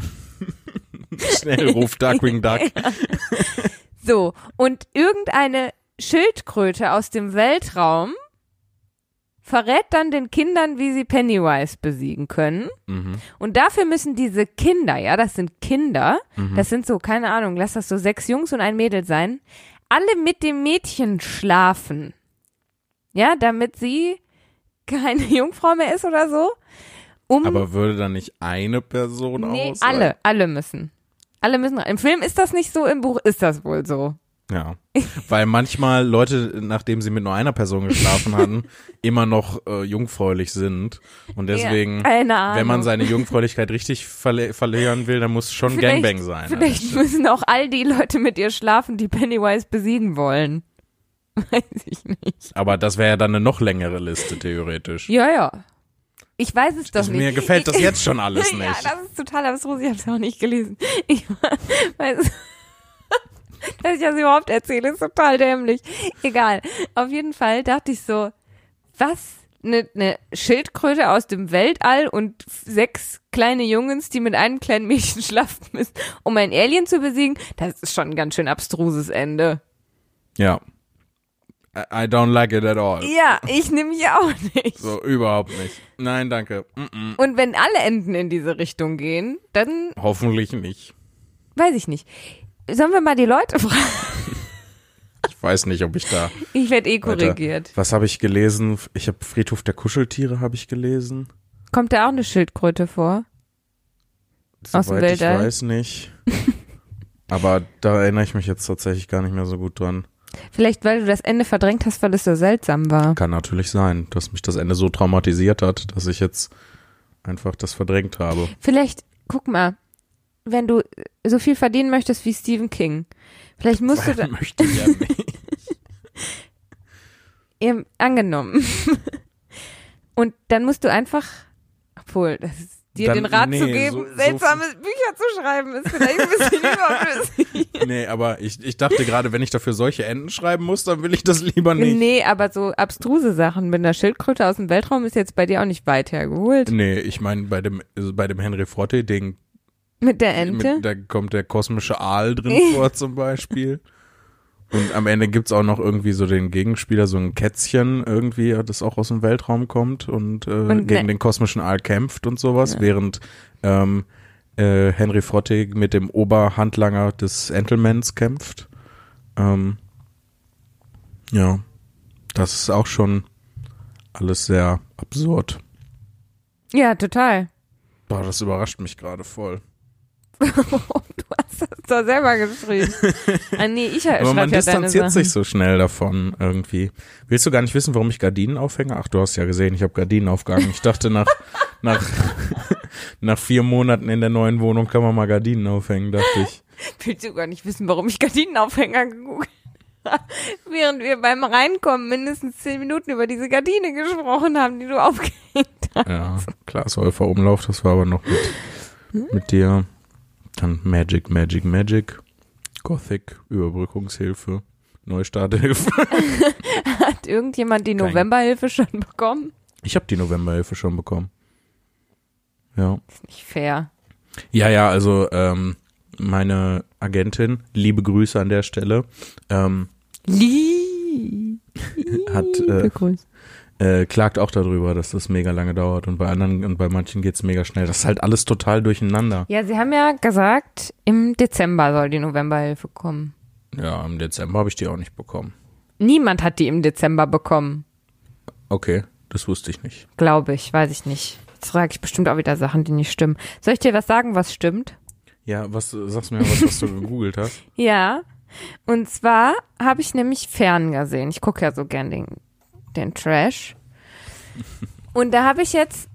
[SPEAKER 2] Schnell ruft Darkwing Duck.
[SPEAKER 1] So, und irgendeine Schildkröte aus dem Weltraum verrät dann den Kindern, wie sie Pennywise besiegen können.
[SPEAKER 2] Mhm.
[SPEAKER 1] Und dafür müssen diese Kinder, ja, das sind Kinder,
[SPEAKER 2] Mhm.
[SPEAKER 1] das sind so, keine Ahnung, lass das so sechs Jungs und ein Mädel sein, alle mit dem Mädchen schlafen. Ja, damit sie keine Jungfrau mehr ist oder so. Um
[SPEAKER 2] Aber würde da nicht eine Person
[SPEAKER 1] nee,
[SPEAKER 2] aus?
[SPEAKER 1] alle, alle müssen. Alle müssen. rein. Im Film ist das nicht so, im Buch ist das wohl so.
[SPEAKER 2] Ja. Weil manchmal Leute, nachdem sie mit nur einer Person geschlafen hatten, immer noch äh, jungfräulich sind. Und deswegen,
[SPEAKER 1] Ja, keine Ahnung.
[SPEAKER 2] wenn man seine Jungfräulichkeit richtig verle verlieren will, dann muss schon
[SPEAKER 1] Vielleicht-
[SPEAKER 2] Gangbang sein.
[SPEAKER 1] Vielleicht müssen auch all die Leute mit ihr schlafen, die Pennywise besiegen wollen. Weiß ich nicht.
[SPEAKER 2] Aber das wäre ja dann eine noch längere Liste, theoretisch.
[SPEAKER 1] Ja, ja. Ich weiß es doch
[SPEAKER 2] Also
[SPEAKER 1] nicht.
[SPEAKER 2] mir gefällt das
[SPEAKER 1] ich,
[SPEAKER 2] jetzt schon alles
[SPEAKER 1] Ja,
[SPEAKER 2] nicht.
[SPEAKER 1] das ist total abstrus. Ich habe es auch nicht gelesen. Ich weiß, dass ich das überhaupt erzähle, ist total dämlich. Egal. Auf jeden Fall dachte ich so, was? Eine ne Schildkröte aus dem Weltall und f- sechs kleine Jungens, die mit einem kleinen Mädchen schlafen müssen, um ein Alien zu besiegen? Das ist schon ein ganz schön abstruses Ende.
[SPEAKER 2] Ja. I, I don't like it at all.
[SPEAKER 1] Ja, ich nehme mich auch nicht.
[SPEAKER 2] So, überhaupt nicht. Nein, danke. Mm -mm.
[SPEAKER 1] Und wenn alle Enden in diese Richtung gehen, dann
[SPEAKER 2] Hoffentlich nicht.
[SPEAKER 1] weiß ich nicht. Sollen wir mal die Leute fragen?
[SPEAKER 2] Ich weiß nicht, ob ich da.
[SPEAKER 1] Ich werde eh
[SPEAKER 2] Alter,
[SPEAKER 1] korrigiert.
[SPEAKER 2] Was habe ich gelesen? Ich habe Friedhof der Kuscheltiere habe ich gelesen.
[SPEAKER 1] Kommt da auch eine Schildkröte vor? Aus dem
[SPEAKER 2] Soweit ich
[SPEAKER 1] Weltall?
[SPEAKER 2] weiß nicht. Aber da erinnere ich mich jetzt tatsächlich gar nicht mehr so gut dran.
[SPEAKER 1] Vielleicht, weil du das Ende verdrängt hast, weil es so seltsam war.
[SPEAKER 2] Kann natürlich sein, dass mich das Ende so traumatisiert hat, dass ich jetzt einfach das verdrängt habe.
[SPEAKER 1] Vielleicht, guck mal, wenn du so viel verdienen möchtest wie Stephen King, vielleicht musst du da,
[SPEAKER 2] Möchte ich ja nicht.
[SPEAKER 1] eben, angenommen. Und dann musst du einfach, obwohl, das ist, dir
[SPEAKER 2] Dann-
[SPEAKER 1] den Rat zu
[SPEAKER 2] nee,
[SPEAKER 1] geben,
[SPEAKER 2] so- so
[SPEAKER 1] seltsame Bücher zu schreiben, ist vielleicht ein bisschen überflüssig.
[SPEAKER 2] Nee, aber ich, ich dachte gerade, wenn ich dafür solche Enden schreiben muss, dann will ich das lieber nicht.
[SPEAKER 1] Nee, aber so abstruse Sachen mit einer Schildkröte aus dem Weltraum ist jetzt bei dir auch nicht weit hergeholt.
[SPEAKER 2] Nee, ich meine, bei dem, also bei dem Henry Forte-Ding,
[SPEAKER 1] Mit der Ente?
[SPEAKER 2] mit- da kommt der kosmische Aal drin vor zum Beispiel. Und am Ende gibt's auch noch irgendwie so den Gegenspieler, so ein Kätzchen irgendwie, das auch aus dem Weltraum kommt und, äh,
[SPEAKER 1] Und
[SPEAKER 2] gegen
[SPEAKER 1] ne-
[SPEAKER 2] den kosmischen Aal kämpft und sowas, während ähm, äh, Henry Frotte mit dem Oberhandlanger des Entlemans kämpft. Ähm, ja, das ist auch schon alles sehr absurd.
[SPEAKER 1] ja, total.
[SPEAKER 2] Boah, das überrascht mich gerade voll.
[SPEAKER 1] du hast das doch selber geschrieben. ah, nee, ich schreibe
[SPEAKER 2] Aber man
[SPEAKER 1] ja deine Sachen.
[SPEAKER 2] distanziert sich so schnell davon irgendwie. Willst du gar nicht wissen, warum ich Gardinen aufhänge? Ach, du hast ja gesehen, ich habe Gardinen aufgehangen. Ich dachte, nach, nach, nach vier Monaten in der neuen Wohnung kann man mal Gardinen aufhängen, dachte ich.
[SPEAKER 1] Willst du gar nicht wissen, warum ich Gardinenaufhänger gegoogelt habe, während wir beim Reinkommen mindestens zehn Minuten über diese Gardine gesprochen haben, die du aufgehängt hast.
[SPEAKER 2] Ja, Klaas Häufer Umlauf, das war aber noch mit, mit dir. Dann Magic, Magic, Magic. Gothic, Überbrückungshilfe, Neustarthilfe.
[SPEAKER 1] Hat irgendjemand die
[SPEAKER 2] Kein-
[SPEAKER 1] Novemberhilfe schon bekommen?
[SPEAKER 2] Ich habe die Novemberhilfe schon bekommen. Ja.
[SPEAKER 1] Ist nicht fair.
[SPEAKER 2] Ja, ja, also ähm, meine Agentin, liebe Grüße an der Stelle, ähm,
[SPEAKER 1] Liebe
[SPEAKER 2] hat äh,
[SPEAKER 1] Grüße.
[SPEAKER 2] äh, klagt auch darüber, dass das mega lange dauert und bei anderen und bei manchen geht's mega schnell. Das ist halt alles total durcheinander.
[SPEAKER 1] Ja, sie haben ja gesagt, im Dezember soll die Novemberhilfe kommen.
[SPEAKER 2] Ja, im Dezember habe ich die auch nicht bekommen.
[SPEAKER 1] Niemand hat die im Dezember bekommen.
[SPEAKER 2] Okay, das wusste ich nicht.
[SPEAKER 1] Glaube ich, weiß ich nicht. Jetzt frage ich bestimmt auch wieder Sachen, die nicht stimmen. Soll ich dir was sagen, was stimmt?
[SPEAKER 2] Ja, was sagst du mir was, was du gegoogelt hast?
[SPEAKER 1] Ja. Und zwar habe ich nämlich Fern gesehen. Ich gucke ja so gern den, den Trash. Und da habe ich jetzt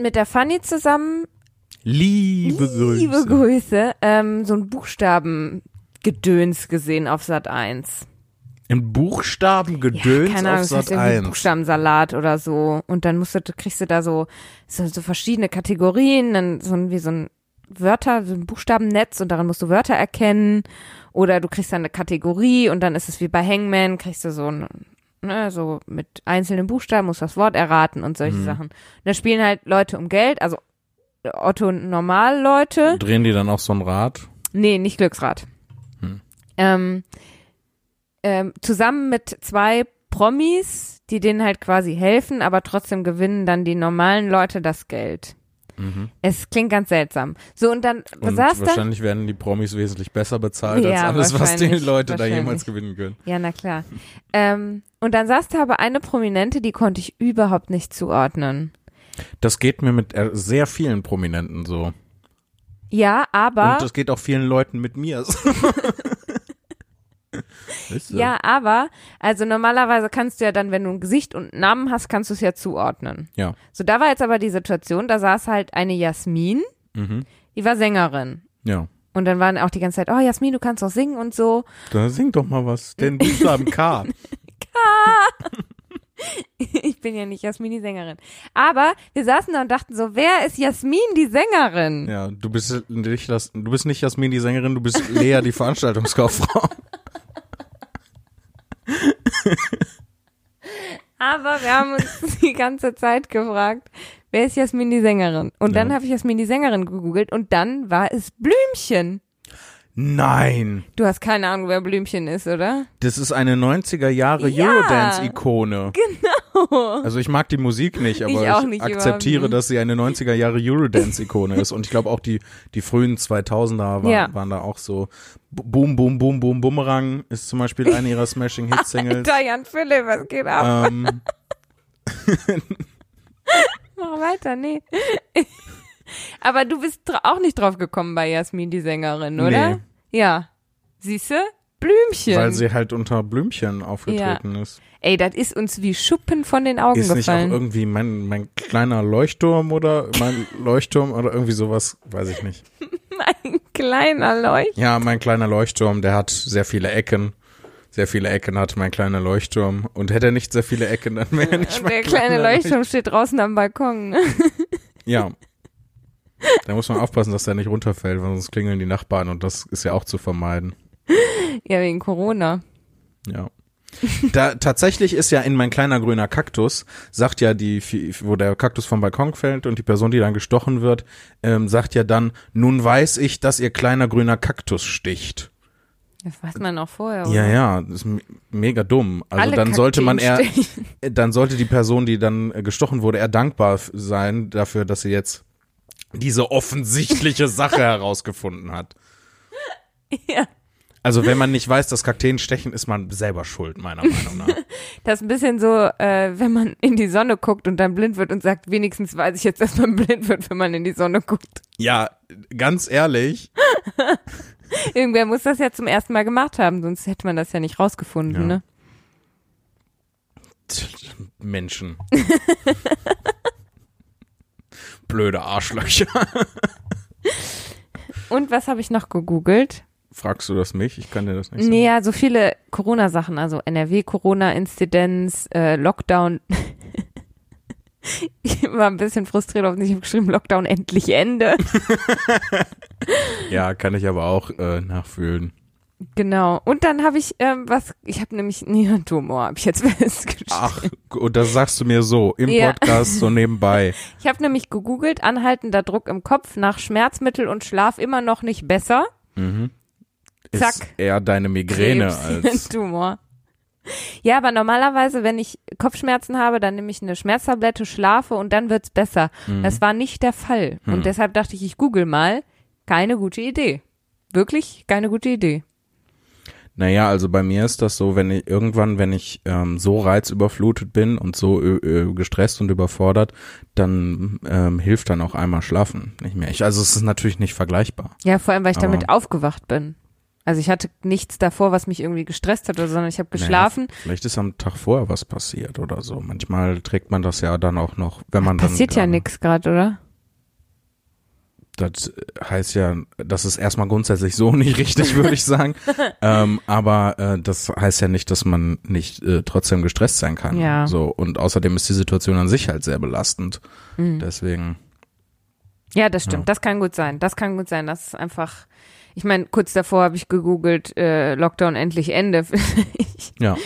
[SPEAKER 1] mit der Fanny zusammen,
[SPEAKER 2] Liebe Grüße.
[SPEAKER 1] liebe Grüße, ähm, so ein Buchstabengedöns gesehen auf Sat 1.
[SPEAKER 2] in Buchstaben gedöns
[SPEAKER 1] keine Ahnung,
[SPEAKER 2] auf
[SPEAKER 1] das heißt
[SPEAKER 2] Sat
[SPEAKER 1] irgendwie
[SPEAKER 2] 1.
[SPEAKER 1] Buchstabensalat oder so. Und dann musst du, kriegst du da so, so, so verschiedene Kategorien, dann so ein, wie so ein Wörter, so ein Buchstabennetz und darin musst du Wörter erkennen. Oder du kriegst dann eine Kategorie und dann ist es wie bei Hangman, kriegst du so ein, ne, so mit einzelnen Buchstaben, musst das Wort erraten und
[SPEAKER 2] Mhm.
[SPEAKER 1] solche Sachen. Und da spielen halt Leute um Geld, also Otto Normalleute.
[SPEAKER 2] Drehen die dann auch so ein Rad?
[SPEAKER 1] Nee, nicht Glücksrad.
[SPEAKER 2] Hm.
[SPEAKER 1] Ähm, ähm, zusammen mit zwei Promis, die denen halt quasi helfen, aber trotzdem gewinnen dann die normalen Leute das Geld. Es klingt ganz seltsam. So, und dann
[SPEAKER 2] Mhm. Und
[SPEAKER 1] saß da.
[SPEAKER 2] wahrscheinlich werden die Promis wesentlich besser bezahlt
[SPEAKER 1] Ja,
[SPEAKER 2] als alles, was die
[SPEAKER 1] wahrscheinlich,
[SPEAKER 2] Leute da
[SPEAKER 1] wahrscheinlich.
[SPEAKER 2] jemals gewinnen können.
[SPEAKER 1] Ja, na klar. ähm, und dann saß da aber eine Prominente, die konnte ich überhaupt nicht zuordnen.
[SPEAKER 2] Das geht mir mit äh, sehr vielen Prominenten so.
[SPEAKER 1] Ja, aber.
[SPEAKER 2] Und das geht auch vielen Leuten mit mir so. Weißt du?
[SPEAKER 1] Ja, aber, also normalerweise kannst du ja dann, wenn du ein Gesicht und einen Namen hast, kannst du es ja zuordnen.
[SPEAKER 2] Ja.
[SPEAKER 1] So, da war jetzt aber die Situation, da saß halt eine Jasmin, die war Sängerin.
[SPEAKER 2] Ja.
[SPEAKER 1] Und dann waren auch die ganze Zeit, oh Jasmin, du kannst doch singen und so.
[SPEAKER 2] Da sing doch mal was. Den Buchstaben K.
[SPEAKER 1] Ich bin ja nicht Jasmin die Sängerin. Aber wir saßen da und dachten so, wer ist Jasmin die Sängerin?
[SPEAKER 2] Ja, du bist nicht, das, du bist nicht Jasmin die Sängerin, du bist Lea die Veranstaltungskauffrau.
[SPEAKER 1] Aber wir haben uns die ganze Zeit gefragt, wer ist Jasmin die Sängerin? Und dann habe ich Jasmin die Sängerin gegoogelt und dann war es Blümchen.
[SPEAKER 2] Nein,
[SPEAKER 1] Du hast keine Ahnung, wer Blümchen ist, oder?
[SPEAKER 2] das ist eine 90er Jahre
[SPEAKER 1] Ja.
[SPEAKER 2] Eurodance-Ikone. Genau. Also ich mag die Musik nicht, aber
[SPEAKER 1] Ich
[SPEAKER 2] ich,
[SPEAKER 1] auch nicht
[SPEAKER 2] akzeptiere,
[SPEAKER 1] überhaupt.
[SPEAKER 2] dass sie eine 90er Jahre Eurodance-Ikone ist. Und ich glaube auch die, die frühen 2000er waren,
[SPEAKER 1] Ja.
[SPEAKER 2] waren da auch so. B- Boom, boom, boom, boom, Bumerang ist zum Beispiel eine ihrer Smashing-Hit-Singles.
[SPEAKER 1] Alter, Jan Philipp, was geht ab?
[SPEAKER 2] ähm,
[SPEAKER 1] Mach weiter, nee. Aber du bist dra- auch nicht drauf gekommen bei Jasmin, die Sängerin, oder?
[SPEAKER 2] Nee.
[SPEAKER 1] Ja. Siehste? Blümchen.
[SPEAKER 2] weil sie halt unter Blümchen aufgetreten ist.
[SPEAKER 1] Ey, das ist uns wie Schuppen von den Augen
[SPEAKER 2] Ist nicht auch
[SPEAKER 1] gefallen.
[SPEAKER 2] irgendwie mein, mein kleiner Leuchtturm oder mein Leuchtturm oder irgendwie sowas, weiß ich nicht.
[SPEAKER 1] Mein kleiner Leucht.
[SPEAKER 2] Ja, mein kleiner Leuchtturm, der hat sehr viele Ecken. Sehr viele Ecken hat mein kleiner Leuchtturm. Und hätte er nicht sehr viele Ecken, dann wäre er nicht
[SPEAKER 1] Und
[SPEAKER 2] mein
[SPEAKER 1] der kleine
[SPEAKER 2] kleiner
[SPEAKER 1] Leuchtturm steht draußen am Balkon. ne?
[SPEAKER 2] Leucht- Ja. Da muss man aufpassen, dass der nicht runterfällt, weil sonst klingeln die Nachbarn und das ist ja auch zu vermeiden.
[SPEAKER 1] Ja, wegen Corona.
[SPEAKER 2] Ja. Da, tatsächlich ist ja in mein kleiner grüner Kaktus, sagt ja die, Fi- wo der Kaktus vom Balkon fällt und die Person, die dann gestochen wird, ähm, sagt ja dann, nun weiß ich, dass ihr kleiner grüner Kaktus sticht.
[SPEAKER 1] Das weiß man auch vorher.
[SPEAKER 2] Ja,
[SPEAKER 1] oder?
[SPEAKER 2] ja, das ist me- mega dumm. Also
[SPEAKER 1] Alle
[SPEAKER 2] dann sollte man eher,
[SPEAKER 1] Kakteen stechen.
[SPEAKER 2] äh, dann sollte die Person, die dann äh, gestochen wurde, eher dankbar f- sein dafür, dass sie jetzt diese offensichtliche Sache herausgefunden hat.
[SPEAKER 1] Ja.
[SPEAKER 2] Also wenn man nicht weiß, dass Kakteen stechen, ist man selber schuld, meiner Meinung nach.
[SPEAKER 1] Das ist ein bisschen so, äh, wenn man in die Sonne guckt und dann blind wird und sagt, wenigstens weiß ich jetzt, dass man blind wird, wenn man in die Sonne guckt.
[SPEAKER 2] Ja, ganz ehrlich,
[SPEAKER 1] Irgendwer muss das ja zum ersten Mal gemacht haben, sonst hätte man das ja nicht rausgefunden,
[SPEAKER 2] Ja.
[SPEAKER 1] ne?
[SPEAKER 2] Menschen. Blöde Arschlöcher.
[SPEAKER 1] Und was habe ich noch gegoogelt?
[SPEAKER 2] Fragst du das mich? Ich kann dir das nicht sagen.
[SPEAKER 1] Nee, ja, so viele Corona-Sachen, also NRW-Corona-Inzidenz, äh, Lockdown. ich war ein bisschen frustriert auf mich, ich habe geschrieben, Lockdown endlich Ende.
[SPEAKER 2] Ja, kann ich aber auch äh, nachfühlen.
[SPEAKER 1] genau. Und dann habe ich ähm, was, ich habe nämlich einen Hirntumor, habe ich jetzt festgestellt.
[SPEAKER 2] Ach, und das sagst du mir so im
[SPEAKER 1] Ja.
[SPEAKER 2] Podcast so nebenbei.
[SPEAKER 1] Ich habe nämlich gegoogelt, anhaltender Druck im Kopf nach Schmerzmittel und Schlaf immer noch nicht besser.
[SPEAKER 2] Ist
[SPEAKER 1] Zack.
[SPEAKER 2] eher deine Migräne
[SPEAKER 1] Krebs,
[SPEAKER 2] als
[SPEAKER 1] Tumor. Ja, aber normalerweise, wenn ich Kopfschmerzen habe, dann nehme ich eine Schmerztablette, schlafe und dann wird's besser.
[SPEAKER 2] Mhm.
[SPEAKER 1] Das war nicht der Fall. Und deshalb dachte ich, ich google mal. Keine gute Idee. Wirklich keine gute Idee.
[SPEAKER 2] Naja, also bei mir ist das so, wenn ich irgendwann, wenn ich ähm, so reizüberflutet bin und so ö, ö, gestresst und überfordert, dann ähm, hilft dann auch einmal schlafen nicht mehr. Ich, also es ist natürlich nicht vergleichbar.
[SPEAKER 1] Ja, vor allem, weil ich
[SPEAKER 2] Aber-
[SPEAKER 1] damit aufgewacht bin. Also ich hatte nichts davor, was mich irgendwie gestresst hat, oder, sondern ich habe geschlafen.
[SPEAKER 2] Naja, vielleicht ist am Tag vorher was passiert oder so. Manchmal trägt man das ja dann auch noch, wenn man dann
[SPEAKER 1] Passiert ja
[SPEAKER 2] gerade-
[SPEAKER 1] nichts gerade, oder?
[SPEAKER 2] Das heißt ja, das ist erstmal grundsätzlich so nicht richtig, würde ich sagen. ähm, aber äh, das heißt ja nicht, dass man nicht äh, trotzdem gestresst sein kann.
[SPEAKER 1] Ja.
[SPEAKER 2] So und außerdem ist die Situation an sich halt sehr belastend.
[SPEAKER 1] Mhm.
[SPEAKER 2] Deswegen.
[SPEAKER 1] Ja, das stimmt. Das kann gut sein. Das kann gut sein. Das ist einfach. Ich meine, kurz davor habe ich gegoogelt, äh, Lockdown endlich Ende.
[SPEAKER 2] Ja.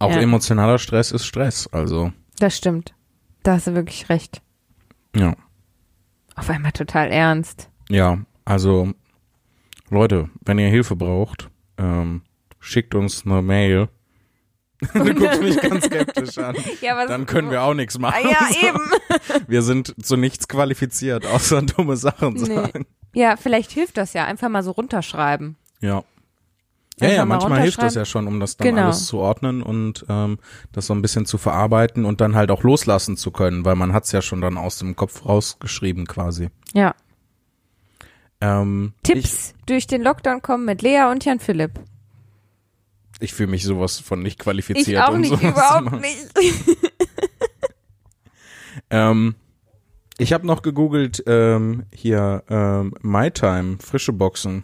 [SPEAKER 2] Auch
[SPEAKER 1] Ja.
[SPEAKER 2] emotionaler Stress ist Stress. Also
[SPEAKER 1] das stimmt. Da hast du wirklich recht.
[SPEAKER 2] ja,
[SPEAKER 1] Auf einmal total ernst.
[SPEAKER 2] ja. Also Leute, wenn ihr Hilfe braucht, ähm, schickt uns eine Mail. du guckst mich ganz skeptisch an.
[SPEAKER 1] Ja, aber
[SPEAKER 2] Dann können wir auch nichts machen.
[SPEAKER 1] Ah, Ja, eben.
[SPEAKER 2] Wir sind zu nichts qualifiziert, außer dumme Sachen
[SPEAKER 1] Nee.
[SPEAKER 2] sagen.
[SPEAKER 1] Ja, vielleicht hilft das ja. Einfach mal so runterschreiben.
[SPEAKER 2] Ja. Ja,
[SPEAKER 1] Einfach
[SPEAKER 2] ja,
[SPEAKER 1] mal
[SPEAKER 2] manchmal hilft das
[SPEAKER 1] runterschreiben.
[SPEAKER 2] ja schon, um das dann
[SPEAKER 1] Genau.
[SPEAKER 2] alles zu ordnen und ähm, das so ein bisschen zu verarbeiten und dann halt auch loslassen zu können, weil man hat's ja schon dann aus dem Kopf rausgeschrieben quasi.
[SPEAKER 1] Ja.
[SPEAKER 2] Ähm,
[SPEAKER 1] Tipps durch den Lockdown kommen mit Lea und Jan Philipp.
[SPEAKER 2] Ich, ich fühle mich sowas von nicht qualifiziert.
[SPEAKER 1] Ich auch
[SPEAKER 2] um
[SPEAKER 1] nicht,
[SPEAKER 2] sowas zu
[SPEAKER 1] überhaupt
[SPEAKER 2] machen.
[SPEAKER 1] nicht.
[SPEAKER 2] Ähm, ich habe noch gegoogelt ähm, hier ähm, MyTime, frische Boxen.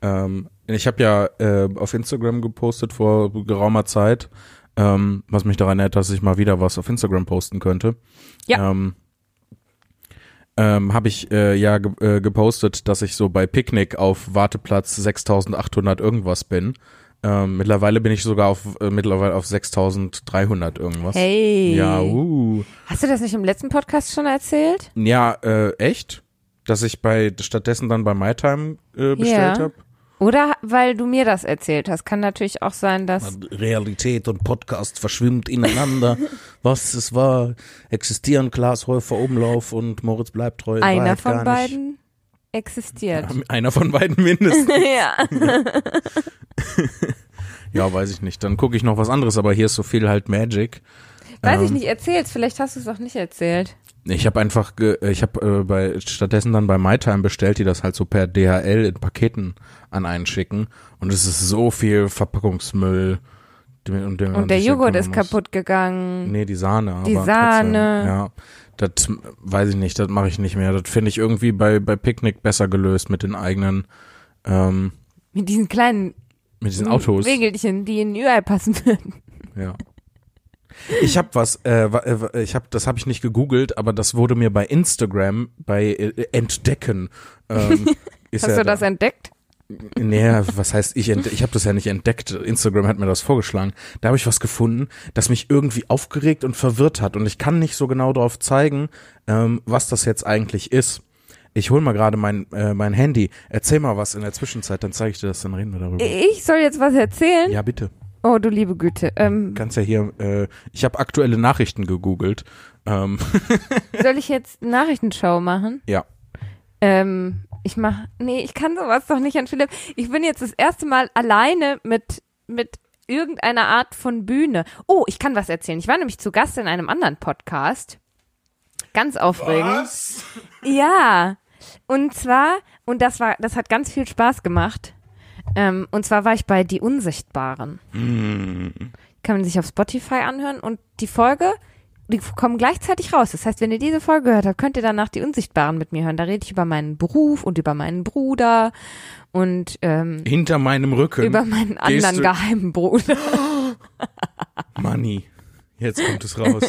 [SPEAKER 2] Ähm, ich habe ja äh, auf Instagram gepostet vor geraumer Zeit, ähm, was mich daran erinnert, dass ich mal wieder was auf Instagram posten könnte.
[SPEAKER 1] Ja.
[SPEAKER 2] Ähm, ähm, habe ich äh, ja ge äh, gepostet, dass ich so bei Picknick auf Warteplatz 6800 irgendwas bin. Ähm, mittlerweile bin ich sogar auf äh, mittlerweile auf 6300 irgendwas.
[SPEAKER 1] Hey.
[SPEAKER 2] Ja, uh.
[SPEAKER 1] Hast du das nicht im letzten Podcast schon erzählt?
[SPEAKER 2] Ja, äh, echt? Dass ich bei stattdessen dann bei MyTime äh, bestellt
[SPEAKER 1] Ja.
[SPEAKER 2] habe?
[SPEAKER 1] Oder weil du mir das erzählt hast. Kann natürlich auch sein, dass.
[SPEAKER 4] Also Realität und Podcast verschwimmt ineinander. Was es war, existieren Glashäufer Umlauf und Moritz bleibt treu. in
[SPEAKER 1] Einer
[SPEAKER 4] Wahrheit
[SPEAKER 1] von
[SPEAKER 4] gar nicht.
[SPEAKER 1] beiden existiert.
[SPEAKER 2] Einer von beiden mindestens.
[SPEAKER 1] Ja.
[SPEAKER 2] ja, weiß ich nicht. Dann gucke ich noch was anderes, aber hier ist so viel halt Magic.
[SPEAKER 1] Weiß ich
[SPEAKER 2] Ähm,
[SPEAKER 1] nicht, erzähl's. Vielleicht hast du es auch nicht erzählt.
[SPEAKER 2] Ich habe einfach, ge ich habe äh, bei stattdessen dann bei MyTime bestellt, die das halt so per DHL in Paketen an einen schicken. Und es ist so viel Verpackungsmüll. dem- um den man
[SPEAKER 1] Und der
[SPEAKER 2] sich ja
[SPEAKER 1] Joghurt
[SPEAKER 2] kümmern
[SPEAKER 1] ist
[SPEAKER 2] muss.
[SPEAKER 1] kaputt gegangen.
[SPEAKER 2] Nee, die Sahne.
[SPEAKER 1] Die
[SPEAKER 2] aber
[SPEAKER 1] Sahne.
[SPEAKER 2] Trotzdem, ja, das weiß ich nicht, das mache ich nicht mehr. Das finde ich irgendwie bei, bei Picknick besser gelöst mit den eigenen, ähm,
[SPEAKER 1] Mit diesen kleinen
[SPEAKER 2] mit diesen Autos.
[SPEAKER 1] Regelchen, die in überall passen würden.
[SPEAKER 2] Ja. Ich habe was, äh, wa- äh, wa- ich habe, das habe ich nicht gegoogelt, aber das wurde mir bei Instagram bei äh, entdecken. Ähm, ist
[SPEAKER 1] Hast
[SPEAKER 2] ja
[SPEAKER 1] du das
[SPEAKER 2] da.
[SPEAKER 1] entdeckt?
[SPEAKER 2] Nee, was heißt ich? entde- Ich habe das ja nicht entdeckt. Instagram hat mir das vorgeschlagen. Da habe ich was gefunden, das mich irgendwie aufgeregt und verwirrt hat. Und ich kann nicht so genau darauf zeigen, ähm, was das jetzt eigentlich ist. Ich hol mal gerade mein, äh, mein Handy. Erzähl mal was in der Zwischenzeit, dann zeige ich dir das, dann reden wir darüber.
[SPEAKER 1] Ich soll jetzt was erzählen?
[SPEAKER 2] Ja, bitte.
[SPEAKER 1] Oh, du liebe Güte. Ähm,
[SPEAKER 2] Kannst ja hier, äh, ich habe aktuelle Nachrichten gegoogelt. Ähm,
[SPEAKER 1] soll ich jetzt Nachrichtenshow machen?
[SPEAKER 2] ja.
[SPEAKER 1] Ähm, ich mach, nee, ich kann sowas doch nicht an Philipp. Ich bin jetzt das erste Mal alleine mit, mit irgendeiner Art von Bühne. Oh, ich kann was erzählen. Ich war nämlich zu Gast in einem anderen Podcast. Ganz aufregend. Ja. Und zwar, und das war, das hat ganz viel Spaß gemacht. Ähm, und zwar war ich bei Die Unsichtbaren.
[SPEAKER 2] Hm.
[SPEAKER 1] Kann man sich auf Spotify anhören und die Folge, die kommen gleichzeitig raus. Das heißt, wenn ihr diese Folge gehört habt, könnt ihr danach die Unsichtbaren mit mir hören. Da rede ich über meinen Beruf und über meinen Bruder und ähm,
[SPEAKER 2] Hinter meinem Rücken.
[SPEAKER 1] über meinen
[SPEAKER 2] gehst
[SPEAKER 1] anderen
[SPEAKER 2] du-
[SPEAKER 1] geheimen Bruder.
[SPEAKER 2] Money. Jetzt kommt es raus.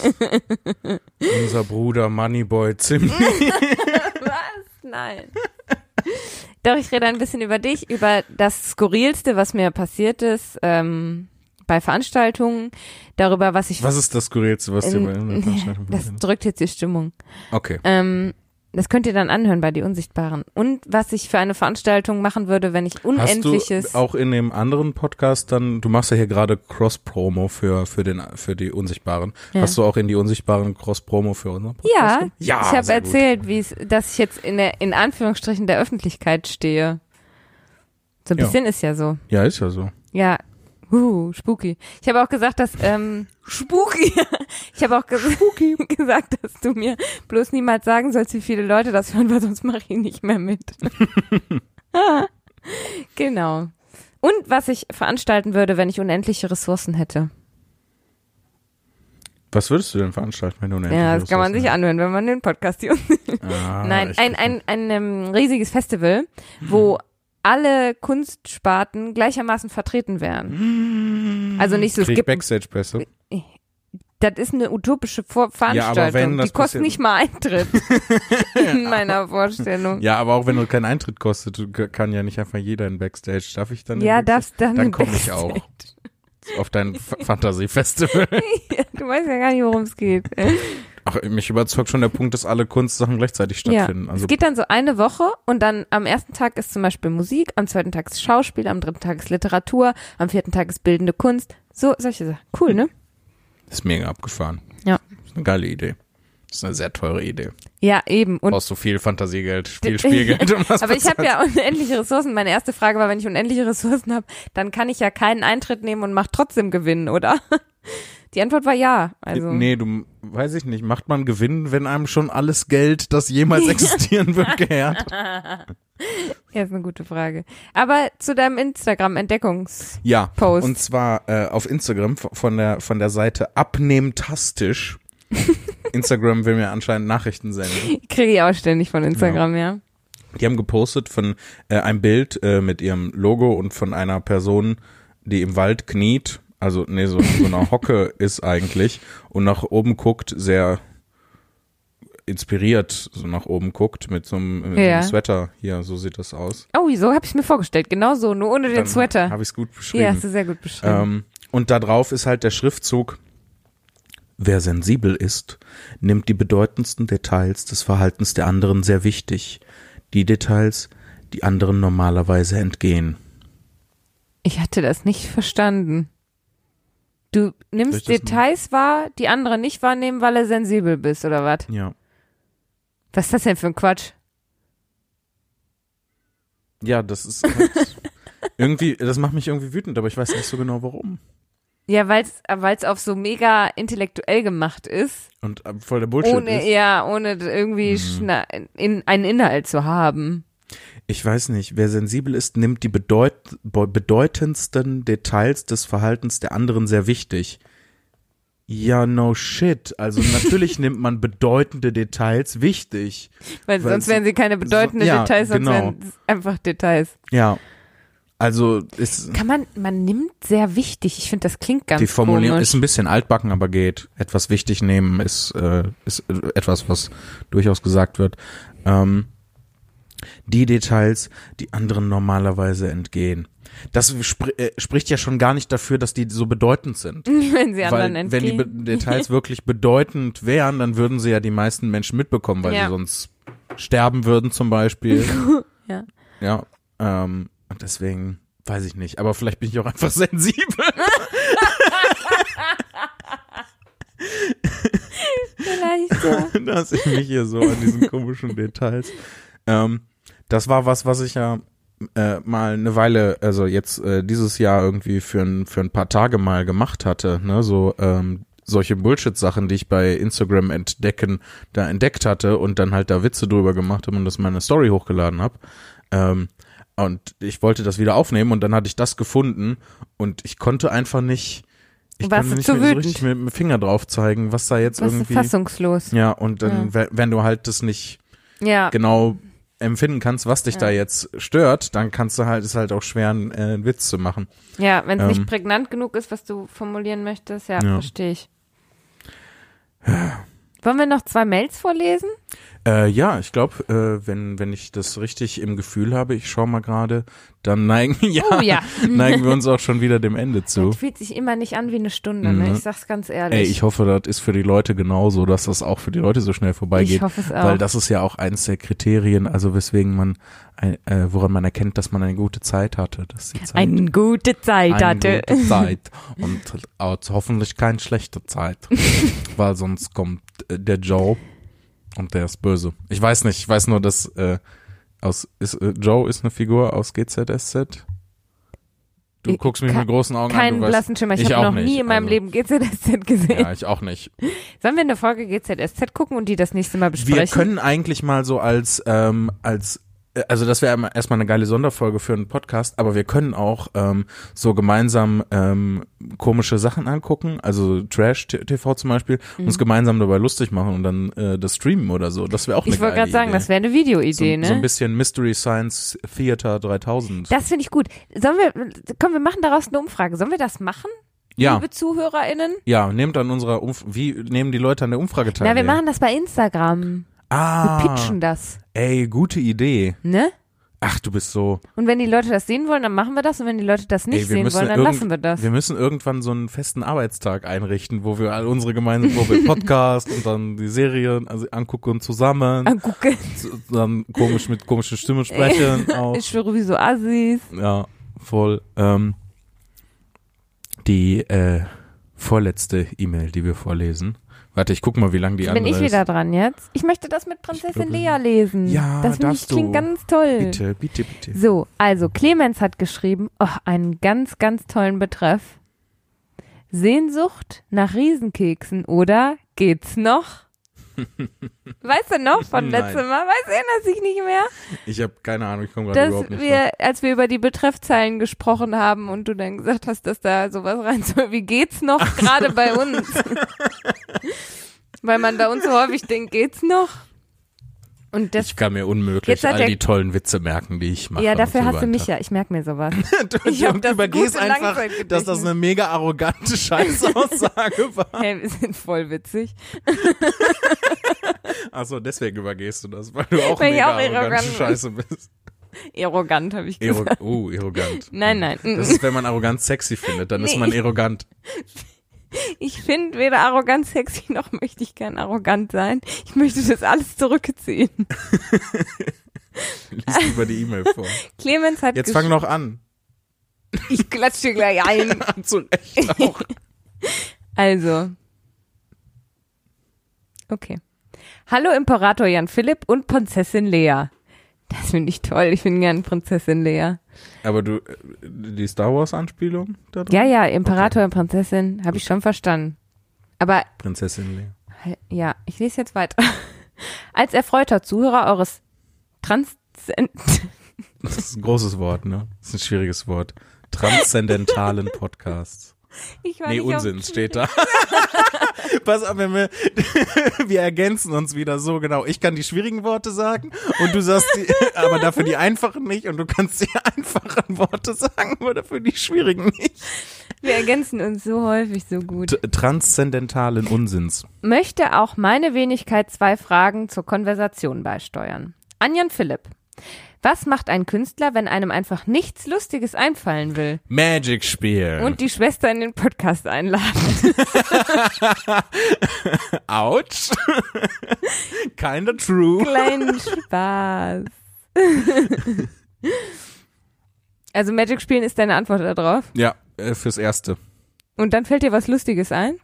[SPEAKER 2] Unser Bruder Moneyboy Zimni.
[SPEAKER 1] Nein. Doch, ich rede ein bisschen über dich, über das Skurrilste, was mir passiert ist ähm, bei Veranstaltungen, darüber, was ich.
[SPEAKER 2] Was ist das Skurrilste, was dir bei einer Veranstaltung
[SPEAKER 1] in, das
[SPEAKER 2] passiert ist?
[SPEAKER 1] drückt jetzt die Stimmung.
[SPEAKER 2] Okay.
[SPEAKER 1] Ähm, das könnt ihr dann anhören bei Die Unsichtbaren. Und was ich für eine Veranstaltung machen würde, wenn ich
[SPEAKER 2] Hast du
[SPEAKER 1] unendliches.
[SPEAKER 2] auch in dem anderen Podcast dann, du machst ja hier gerade Cross-Promo für, für, den, für die Unsichtbaren.
[SPEAKER 1] Ja.
[SPEAKER 2] Hast du auch in die Unsichtbaren Cross-Promo für unseren Podcast?
[SPEAKER 1] ja,
[SPEAKER 2] Ja,
[SPEAKER 1] ich habe
[SPEAKER 2] sehr gut.
[SPEAKER 1] erzählt, wie es, dass ich jetzt in der, in Anführungsstrichen der Öffentlichkeit stehe. So ein
[SPEAKER 2] Ja.
[SPEAKER 1] bisschen ist ja so.
[SPEAKER 2] Ja, ist ja so.
[SPEAKER 1] Ja. Uh, spooky. Ich habe auch gesagt, dass ähm, spooky. Ich habe auch ges gesagt, dass du mir bloß niemals sagen sollst, wie viele Leute das hören, weil sonst mache ich nicht mehr mit. genau. Und was ich veranstalten würde, wenn ich unendliche Ressourcen hätte.
[SPEAKER 2] Was würdest du denn veranstalten, wenn du eine
[SPEAKER 1] Ja, das
[SPEAKER 2] Endlose
[SPEAKER 1] kann man
[SPEAKER 2] hast,
[SPEAKER 1] sich anhören, wenn man den Podcast hier
[SPEAKER 2] ne? Ah,
[SPEAKER 1] Nein,
[SPEAKER 2] ich-
[SPEAKER 1] ein, ein, ein, ähm, riesiges Festival, wo alle Kunstsparten gleichermaßen vertreten wären. Also nicht so, es
[SPEAKER 2] Krieg
[SPEAKER 1] gibt,
[SPEAKER 2] Backstage-Pässe.
[SPEAKER 1] das ist eine utopische Vor Veranstaltung,
[SPEAKER 2] wenn das
[SPEAKER 1] die kostet
[SPEAKER 2] passiert-
[SPEAKER 1] nicht mal Eintritt in meiner Vorstellung.
[SPEAKER 2] Ja, aber auch wenn du keinen Eintritt kostet, du- kann ja nicht einfach jeder in Backstage. Darf ich dann? in
[SPEAKER 1] Ja,
[SPEAKER 2] Backstage?
[SPEAKER 1] darfst dann
[SPEAKER 2] Dann
[SPEAKER 1] in
[SPEAKER 2] komm ich
[SPEAKER 1] Backstage.
[SPEAKER 2] auch. Auf dein F- Fantasiefestival.
[SPEAKER 1] Du weißt ja gar nicht, worum es geht.
[SPEAKER 2] Ach, mich überzeugt schon der Punkt, dass alle Kunstsachen gleichzeitig
[SPEAKER 1] Ja.
[SPEAKER 2] stattfinden. Also
[SPEAKER 1] Es geht dann so eine Woche und dann am ersten Tag ist zum Beispiel Musik, am zweiten Tag ist Schauspiel, am dritten Tag ist Literatur, am vierten Tag ist bildende Kunst. So, solche Sachen. Cool, ne?
[SPEAKER 2] ist mega abgefahren.
[SPEAKER 1] Ja.
[SPEAKER 2] Ist eine geile Idee. Ist eine sehr teure Idee.
[SPEAKER 1] Ja, eben. Und
[SPEAKER 2] Brauchst du viel Fantasiegeld, viel Spielgeld, um das
[SPEAKER 1] Aber ich habe
[SPEAKER 2] bezahlt-
[SPEAKER 1] ja unendliche Ressourcen. Meine erste Frage war, wenn ich unendliche Ressourcen habe, dann kann ich ja keinen Eintritt nehmen und mach trotzdem Gewinn, oder? Die Antwort war ja. Also
[SPEAKER 2] Nee, du, weiß ich nicht. Macht man Gewinn, wenn einem schon alles Geld, das jemals existieren wird, gehört?
[SPEAKER 1] ja, ist eine gute Frage. Aber zu deinem Instagram-Entdeckungs.
[SPEAKER 2] Ja,
[SPEAKER 1] Post.
[SPEAKER 2] und zwar äh, auf Instagram v- von der, von der Seite abnehmtastisch. Instagram will mir anscheinend Nachrichten senden.
[SPEAKER 1] Kriege ich auch ständig von Instagram, ja.
[SPEAKER 2] Die haben gepostet von äh, einem Bild äh, mit ihrem Logo und von einer Person, die im Wald kniet, also nee, so, so eine Hocke ist eigentlich und nach oben guckt, sehr inspiriert so nach oben guckt mit so einem, mit
[SPEAKER 1] Ja.
[SPEAKER 2] so einem Sweater hier, so sieht das aus.
[SPEAKER 1] Oh, so habe ich es mir vorgestellt. Genau so, nur ohne den Sweater.
[SPEAKER 2] Habe ich es gut beschrieben.
[SPEAKER 1] Ja, hast du sehr gut beschrieben.
[SPEAKER 2] Ähm, und da drauf ist halt der Schriftzug, wer sensibel ist, nimmt die bedeutendsten Details des Verhaltens der anderen sehr wichtig. Die Details, die anderen normalerweise entgehen.
[SPEAKER 1] Ich hatte das nicht verstanden. Du nimmst
[SPEAKER 2] Soll ich das
[SPEAKER 1] Details wahr, die andere nicht wahrnehmen, weil er sensibel bist, oder was?
[SPEAKER 2] Ja.
[SPEAKER 1] Was ist das denn für ein Quatsch?
[SPEAKER 2] Ja, das ist halt irgendwie, das macht mich irgendwie wütend, aber ich weiß nicht so genau warum.
[SPEAKER 1] Ja, weil's, weil's auf so mega intellektuell gemacht ist,
[SPEAKER 2] Und äh, voll der Bullshit
[SPEAKER 1] ohne
[SPEAKER 2] ist. Mhm.
[SPEAKER 1] ja, ohne d- irgendwie schna- in, einen Inhalt zu haben.
[SPEAKER 2] Ich weiß nicht, wer sensibel ist, nimmt die bedeut be- bedeutendsten Details des Verhaltens der anderen sehr wichtig. Ja, no shit. Also natürlich nimmt man bedeutende Details wichtig.
[SPEAKER 1] Weil,
[SPEAKER 2] Weil
[SPEAKER 1] sonst
[SPEAKER 2] so-
[SPEAKER 1] wären sie keine bedeutenden
[SPEAKER 2] ja,
[SPEAKER 1] Details, sonst
[SPEAKER 2] genau.
[SPEAKER 1] wären einfach Details.
[SPEAKER 2] Ja. Also ist
[SPEAKER 1] Kann man, man nimmt sehr wichtig. Ich finde, das klingt ganz
[SPEAKER 2] die Formulierung
[SPEAKER 1] komisch.
[SPEAKER 2] ist ein bisschen altbacken, aber geht. Etwas wichtig nehmen ist, äh, ist äh, etwas, was durchaus gesagt wird. Ähm, die Details, die anderen normalerweise entgehen. Das spr äh, spricht ja schon gar nicht dafür, dass die so bedeutend sind.
[SPEAKER 1] wenn sie anderen
[SPEAKER 2] Weil, wenn die
[SPEAKER 1] entgehen.
[SPEAKER 2] Be Details wirklich bedeutend wären, dann würden sie ja die meisten Menschen mitbekommen, weil
[SPEAKER 1] Ja.
[SPEAKER 2] sie sonst sterben würden zum Beispiel.
[SPEAKER 1] Ja.
[SPEAKER 2] Ja. Ähm, und deswegen weiß ich nicht. Aber vielleicht bin ich auch einfach sensibel.
[SPEAKER 1] Vielleicht, ja.
[SPEAKER 2] dass ich mich hier so an diesen komischen Details. Ähm, das war was, was ich ja äh, mal eine Weile, also jetzt äh, dieses Jahr irgendwie für ein, für ein paar Tage mal gemacht hatte, ne, so ähm, solche Bullshit-Sachen, die ich bei Instagram entdecken, da entdeckt hatte und dann halt da Witze drüber gemacht habe und das in meine Story hochgeladen habe. Ähm, und ich wollte das wieder aufnehmen und dann hatte ich das gefunden und ich konnte einfach nicht, ich
[SPEAKER 1] Warst
[SPEAKER 2] konnte
[SPEAKER 1] du
[SPEAKER 2] nicht
[SPEAKER 1] zu
[SPEAKER 2] mehr so
[SPEAKER 1] wütend?
[SPEAKER 2] richtig mit dem Finger drauf zeigen, was da jetzt
[SPEAKER 1] Was ist
[SPEAKER 2] irgendwie.
[SPEAKER 1] fassungslos.
[SPEAKER 2] Ja, und dann, we- wenn du halt das nicht
[SPEAKER 1] Ja.
[SPEAKER 2] genau empfinden kannst, was dich da jetzt stört, dann kannst du halt, ist halt auch schwer, einen, äh, einen Witz zu machen.
[SPEAKER 1] Ja, wenn es nicht
[SPEAKER 2] Ähm.
[SPEAKER 1] prägnant genug ist, was du formulieren möchtest, ja,
[SPEAKER 2] Ja.
[SPEAKER 1] verstehe ich. Wollen wir noch zwei Mails vorlesen?
[SPEAKER 2] Äh, ja, ich glaube, äh, wenn, wenn ich das richtig im Gefühl habe, ich schau mal gerade, dann neigen, ja,
[SPEAKER 1] Oh ja.
[SPEAKER 2] neigen wir uns auch schon wieder dem Ende zu.
[SPEAKER 1] Das fühlt sich immer nicht an wie eine Stunde, ne?
[SPEAKER 2] Mhm.
[SPEAKER 1] Ich sag's ganz ehrlich.
[SPEAKER 2] Ey, ich hoffe, das ist für die Leute genauso, dass das auch für die Leute so schnell vorbeigeht.
[SPEAKER 1] Ich hoffe es auch.
[SPEAKER 2] Weil das ist ja auch eins der Kriterien, also weswegen man, ein, äh, woran man erkennt, dass man eine gute Zeit hatte. Dass die Zeit
[SPEAKER 1] eine gute Zeit
[SPEAKER 2] eine
[SPEAKER 1] hatte.
[SPEAKER 2] gute Zeit und auch hoffentlich keine schlechte Zeit, weil sonst kommt äh, der Joe und der ist böse. Ich weiß nicht, ich weiß nur, dass äh, aus ist, äh, Joe ist eine Figur aus GZSZ. Du
[SPEAKER 1] Ich
[SPEAKER 2] guckst mich
[SPEAKER 1] kann-
[SPEAKER 2] mit großen Augen an.
[SPEAKER 1] Keinen
[SPEAKER 2] du weißt-
[SPEAKER 1] blassen Schimmer. Ich,
[SPEAKER 2] ich
[SPEAKER 1] habe
[SPEAKER 2] auch
[SPEAKER 1] noch
[SPEAKER 2] nicht,
[SPEAKER 1] nie in meinem
[SPEAKER 2] also-
[SPEAKER 1] Leben GZSZ gesehen.
[SPEAKER 2] Ja, ich auch nicht.
[SPEAKER 1] Sollen wir eine Folge GZSZ gucken und die das nächste Mal besprechen?
[SPEAKER 2] Wir können eigentlich mal so als ähm, als äh, also das wäre einmal- erstmal eine geile Sonderfolge für einen Podcast, aber wir können auch ähm, so gemeinsam ähm, komische Sachen angucken, also Trash-TV zum Beispiel,
[SPEAKER 1] Mhm.
[SPEAKER 2] uns gemeinsam dabei lustig machen und dann äh, das streamen oder so. Das wäre auch eine
[SPEAKER 1] Ich wollte
[SPEAKER 2] geile
[SPEAKER 1] gerade sagen,
[SPEAKER 2] Idee.
[SPEAKER 1] das wäre eine Videoidee,
[SPEAKER 2] so,
[SPEAKER 1] ne?
[SPEAKER 2] so ein bisschen Mystery Science Theater 3000.
[SPEAKER 1] das finde ich gut. Sollen wir, komm, wir machen daraus eine Umfrage. Sollen wir das machen,
[SPEAKER 2] ja,
[SPEAKER 1] liebe ZuhörerInnen?
[SPEAKER 2] ja, nehmt an unserer Umf wie nehmen die Leute an der Umfrage teil?
[SPEAKER 1] Na, wir machen das bei Instagram. Wir
[SPEAKER 2] ah,
[SPEAKER 1] pitchen das,
[SPEAKER 2] Ey, gute Idee.
[SPEAKER 1] ne?
[SPEAKER 2] Ach, du bist so.
[SPEAKER 1] Und wenn die Leute das sehen wollen, dann machen wir das. Und wenn die Leute das nicht
[SPEAKER 2] Ey, wir
[SPEAKER 1] sehen
[SPEAKER 2] müssen
[SPEAKER 1] wollen, dann
[SPEAKER 2] irgend-
[SPEAKER 1] lassen wir das.
[SPEAKER 2] Wir müssen irgendwann so einen festen Arbeitstag einrichten, wo wir all unsere gemeinsam, wo wir Podcast und dann die Serien also angucken zusammen,
[SPEAKER 1] Ah, gucke.
[SPEAKER 2] zu- dann komisch mit komischer Stimme sprechen auch.
[SPEAKER 1] Ich schwöre, wieso Assis.
[SPEAKER 2] Ja, voll. Ähm, die äh, vorletzte E-Mail, die wir vorlesen. Warte, ich guck mal, wie lang die
[SPEAKER 1] Bin
[SPEAKER 2] andere
[SPEAKER 1] ich wieder dran jetzt? Ich möchte das mit
[SPEAKER 2] Ich
[SPEAKER 1] Prinzessin Lea
[SPEAKER 2] glaube-
[SPEAKER 1] lesen.
[SPEAKER 2] Ja,
[SPEAKER 1] das finde ich
[SPEAKER 2] darfst du.
[SPEAKER 1] klingt ganz toll.
[SPEAKER 2] ist. Bitte, bitte, bitte.
[SPEAKER 1] So, also Clemens hat geschrieben, oh, einen ganz, ganz tollen Betreff. Sehnsucht nach Riesenkeksen oder geht's noch? weißt du noch von
[SPEAKER 2] Nein.
[SPEAKER 1] letztem Mal? Weißt du, erinnerst dich nicht mehr?
[SPEAKER 2] Ich habe keine Ahnung, ich komme gerade
[SPEAKER 1] Dass
[SPEAKER 2] überhaupt nicht drauf.
[SPEAKER 1] wir, als wir über die Betreffzeilen gesprochen haben und du dann gesagt hast, dass da sowas rein soll, wie geht's noch gerade bei uns? Weil man bei uns so häufig denkt, geht's noch? Und das
[SPEAKER 2] Ich kann mir unmöglich
[SPEAKER 1] Jetzt hat
[SPEAKER 2] all
[SPEAKER 1] der-
[SPEAKER 2] die tollen Witze merken, die ich mache.
[SPEAKER 1] ja, dafür
[SPEAKER 2] und
[SPEAKER 1] hast
[SPEAKER 2] so
[SPEAKER 1] du
[SPEAKER 2] weiter.
[SPEAKER 1] mich ja. Ich merke mir sowas.
[SPEAKER 2] Du,
[SPEAKER 1] Ich hab
[SPEAKER 2] du
[SPEAKER 1] das
[SPEAKER 2] übergehst
[SPEAKER 1] gute
[SPEAKER 2] einfach,
[SPEAKER 1] Langzeitgedächtnis.
[SPEAKER 2] dass das eine mega arrogante Scheißaussage war.
[SPEAKER 1] Hey, wir sind voll witzig.
[SPEAKER 2] Achso, deswegen übergehst du das, weil du auch
[SPEAKER 1] Weil ich
[SPEAKER 2] mega
[SPEAKER 1] auch
[SPEAKER 2] arrogante
[SPEAKER 1] arrogant
[SPEAKER 2] Scheiße bist.
[SPEAKER 1] Arrogant, habe ich
[SPEAKER 2] Ero
[SPEAKER 1] gesagt.
[SPEAKER 2] oh, arrogant.
[SPEAKER 1] Nein, nein.
[SPEAKER 2] Das ist, wenn man arrogant sexy findet, dann ist
[SPEAKER 1] Nee.
[SPEAKER 2] man arrogant.
[SPEAKER 1] Ich finde weder arrogant sexy noch möchte ich gern arrogant sein. Ich möchte das alles zurückziehen.
[SPEAKER 2] Lies lieber die E-Mail vor.
[SPEAKER 1] Clemens hat
[SPEAKER 2] Jetzt fang
[SPEAKER 1] gesch-
[SPEAKER 2] noch an.
[SPEAKER 1] Ich klatsch dir gleich ein.
[SPEAKER 2] Zu Recht auch.
[SPEAKER 1] Also. Okay. Hallo Imperator Jan Philipp und Prinzessin Lea. Das finde ich toll. Ich bin gern Prinzessin Lea.
[SPEAKER 2] Aber du, äh, die Star Wars-Anspielung da drin?
[SPEAKER 1] Ja, ja, Imperator und Prinzessin habe ich schon verstanden. Aber
[SPEAKER 2] Prinzessin Lea.
[SPEAKER 1] Ja, ich lese jetzt weiter. Als erfreuter Zuhörer eures Transzend
[SPEAKER 2] Das ist ein großes Wort, ne? Das ist ein schwieriges Wort. Transzendentalen Podcasts.
[SPEAKER 1] ich war
[SPEAKER 2] Nee,
[SPEAKER 1] nicht auf-
[SPEAKER 2] Unsinn steht da. Pass auf, wenn wir, wir ergänzen uns wieder so genau. Ich kann die schwierigen Worte sagen und du sagst die, aber dafür die einfachen nicht und du kannst die einfachen Worte sagen, aber dafür die schwierigen nicht.
[SPEAKER 1] Wir ergänzen uns so häufig so gut.
[SPEAKER 2] T Transzendentalen Unsinns.
[SPEAKER 1] Möchte auch meine Wenigkeit zwei Fragen zur Konversation beisteuern. Anjan Philipp. Was macht ein Künstler, wenn einem einfach nichts Lustiges einfallen will
[SPEAKER 2] Magic Spiel.
[SPEAKER 1] und die Schwester in den Podcast einladen?
[SPEAKER 2] ouch. Kinda true.
[SPEAKER 1] Kleinen Spaß. also Magic spielen ist deine Antwort darauf.
[SPEAKER 2] Ja, äh, fürs Erste.
[SPEAKER 1] Und dann fällt dir was Lustiges ein?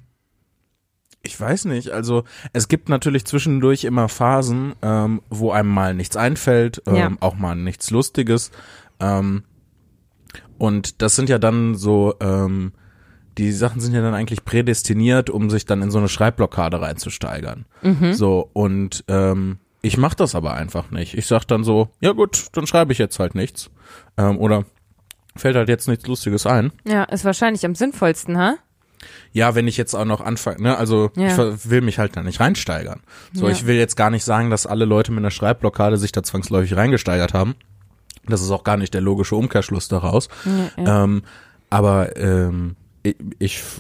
[SPEAKER 2] Ich weiß nicht. Also es gibt natürlich zwischendurch immer Phasen, ähm, wo einem mal nichts einfällt, ähm,
[SPEAKER 1] Ja.
[SPEAKER 2] auch mal nichts Lustiges. Ähm, und das sind ja dann so, ähm, die Sachen sind ja dann eigentlich prädestiniert, um sich dann in so eine Schreibblockade reinzusteigern. So, und ähm, ich mach das aber einfach nicht. Ich sag dann so, ja gut, dann schreibe ich jetzt halt nichts. Ähm, oder fällt halt jetzt nichts Lustiges ein.
[SPEAKER 1] Ja, ist wahrscheinlich am sinnvollsten, ha?
[SPEAKER 2] Ja, wenn ich jetzt auch noch anfange, ne, also
[SPEAKER 1] Ja.
[SPEAKER 2] ich ver- will mich halt da nicht reinsteigern. So,
[SPEAKER 1] Ja.
[SPEAKER 2] ich will jetzt gar nicht sagen, dass alle Leute mit einer Schreibblockade sich da zwangsläufig reingesteigert haben. Das ist auch gar nicht der logische Umkehrschluss daraus. Ähm, aber ähm, ich, ich f-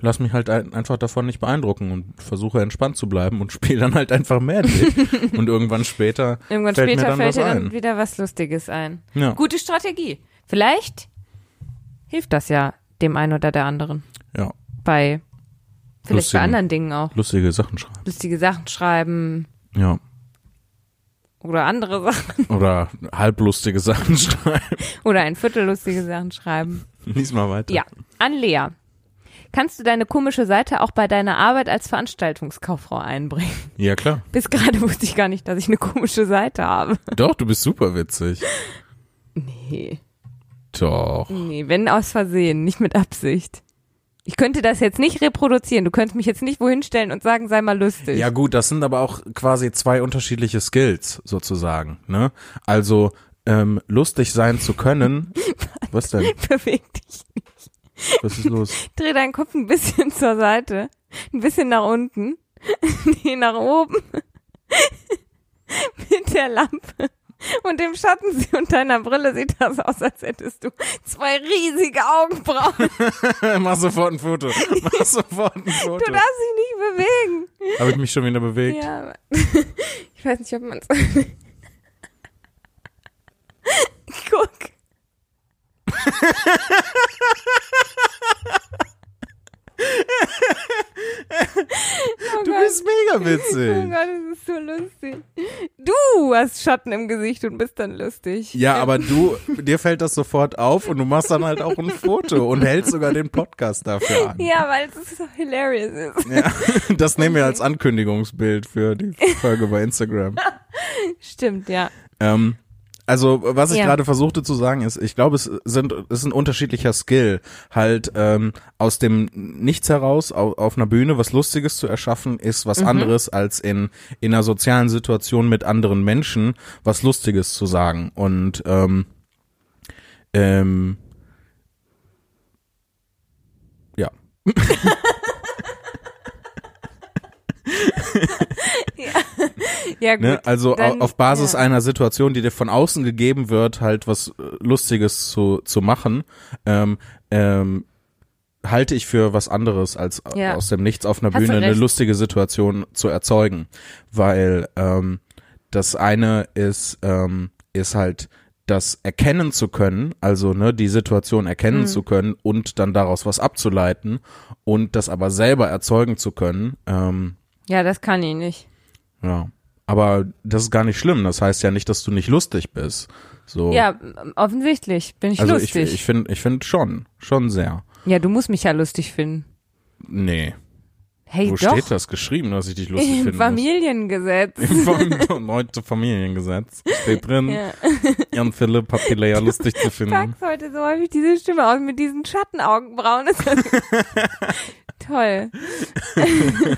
[SPEAKER 2] lass mich halt ein, einfach davon nicht beeindrucken und versuche entspannt zu bleiben und spiele dann halt einfach Magic. und irgendwann später
[SPEAKER 1] Irgendwann
[SPEAKER 2] fällt
[SPEAKER 1] später
[SPEAKER 2] mir dann
[SPEAKER 1] fällt
[SPEAKER 2] was
[SPEAKER 1] dir
[SPEAKER 2] ein.
[SPEAKER 1] dann wieder was Lustiges ein.
[SPEAKER 2] Ja.
[SPEAKER 1] Gute Strategie. Vielleicht hilft das ja dem einen oder der anderen.
[SPEAKER 2] ja,
[SPEAKER 1] Bei vielleicht
[SPEAKER 2] Lustigen.
[SPEAKER 1] bei anderen Dingen auch.
[SPEAKER 2] lustige Sachen schreiben.
[SPEAKER 1] Lustige Sachen schreiben
[SPEAKER 2] Ja.
[SPEAKER 1] oder andere Sachen.
[SPEAKER 2] Oder halblustige Sachen schreiben.
[SPEAKER 1] Oder ein Viertel lustige Sachen schreiben.
[SPEAKER 2] Lies mal weiter.
[SPEAKER 1] Ja. An Lea. Kannst du deine komische Seite auch bei deiner Arbeit als Veranstaltungskauffrau einbringen?
[SPEAKER 2] Ja, klar.
[SPEAKER 1] Bis gerade wusste ich gar nicht, dass ich eine komische Seite habe.
[SPEAKER 2] Doch, du bist super witzig.
[SPEAKER 1] Nee.
[SPEAKER 2] Doch.
[SPEAKER 1] Nee, wenn aus Versehen, nicht mit Absicht. Ich könnte das jetzt nicht reproduzieren. Du könntest mich jetzt nicht wohin stellen und sagen, sei mal lustig.
[SPEAKER 2] Ja gut, das sind aber auch quasi zwei unterschiedliche Skills sozusagen. Ne? Also ähm, lustig sein zu können. Was denn?
[SPEAKER 1] Beweg dich.
[SPEAKER 2] Was ist los?
[SPEAKER 1] Dreh deinen Kopf ein bisschen zur Seite. Ein bisschen nach unten. Nee, nach oben. Mit der Lampe. Und dem Schatten und deiner Brille sieht das aus, als hättest du zwei riesige Augenbrauen.
[SPEAKER 2] Mach sofort ein Foto. Mach sofort ein Foto.
[SPEAKER 1] Du darfst dich nicht bewegen.
[SPEAKER 2] Habe ich mich schon wieder bewegt?
[SPEAKER 1] Ja, aber- ich weiß nicht, ob man es. Guck. oh
[SPEAKER 2] Du
[SPEAKER 1] Gott.
[SPEAKER 2] bist mega
[SPEAKER 1] Oh
[SPEAKER 2] witzig.
[SPEAKER 1] Gott, das ist so lustig. Du hast Schatten im Gesicht und bist dann lustig.
[SPEAKER 2] Ja, aber du, dir fällt das sofort auf und du machst dann halt auch ein Foto und hältst sogar den Podcast dafür an.
[SPEAKER 1] Ja, weil es so hilarious ist.
[SPEAKER 2] Ja, das nehmen wir als Ankündigungsbild für die Folge bei Instagram.
[SPEAKER 1] Stimmt, ja.
[SPEAKER 2] Ähm, also, was ich
[SPEAKER 1] Ja.
[SPEAKER 2] gerade versuchte zu sagen, ist, ich glaube, es sind, es ist ein unterschiedlicher Skill, halt ähm, aus dem Nichts heraus auf, auf einer Bühne was Lustiges zu erschaffen, ist was anderes als in in einer sozialen Situation mit anderen Menschen was Lustiges zu sagen und ähm, ähm, ja.
[SPEAKER 1] Ja, gut.
[SPEAKER 2] Ne? Also au-
[SPEAKER 1] dann-
[SPEAKER 2] auf Basis
[SPEAKER 1] ja.
[SPEAKER 2] einer Situation, die dir von außen gegeben wird, halt was äh, Lustiges zu, zu machen, ähm, ähm, halte ich für was anderes, als a-
[SPEAKER 1] Ja.
[SPEAKER 2] aus dem Nichts auf einer
[SPEAKER 1] Hast du
[SPEAKER 2] Bühne eine
[SPEAKER 1] recht.
[SPEAKER 2] lustige Situation zu erzeugen. Weil ähm, das eine ist, ähm, ist halt das erkennen zu können, also ne, die Situation
[SPEAKER 1] Mhm.
[SPEAKER 2] erkennen zu können und dann daraus was abzuleiten und das aber selber erzeugen zu können, ähm,
[SPEAKER 1] Ja, das kann ich nicht.
[SPEAKER 2] ja. Aber das ist gar nicht schlimm. Das heißt ja nicht, dass du nicht lustig bist. So.
[SPEAKER 1] Ja, offensichtlich bin ich
[SPEAKER 2] Oh. also
[SPEAKER 1] lustig.
[SPEAKER 2] ich, ich finde ich find schon, schon sehr.
[SPEAKER 1] ja, du musst mich ja lustig finden.
[SPEAKER 2] Nee.
[SPEAKER 1] Hey,
[SPEAKER 2] Wo
[SPEAKER 1] doch.
[SPEAKER 2] steht das geschrieben, dass ich dich lustig
[SPEAKER 1] Im
[SPEAKER 2] finde?
[SPEAKER 1] Familiengesetz.
[SPEAKER 2] Vom neunte Familiengesetz. Steht drin,
[SPEAKER 1] Ja.
[SPEAKER 2] Jan Philipp hat die Lea lustig zu finden.
[SPEAKER 1] Packst heute so häufig diese Stimme aus mit diesen Schattenaugenbrauen. Ist das Toll.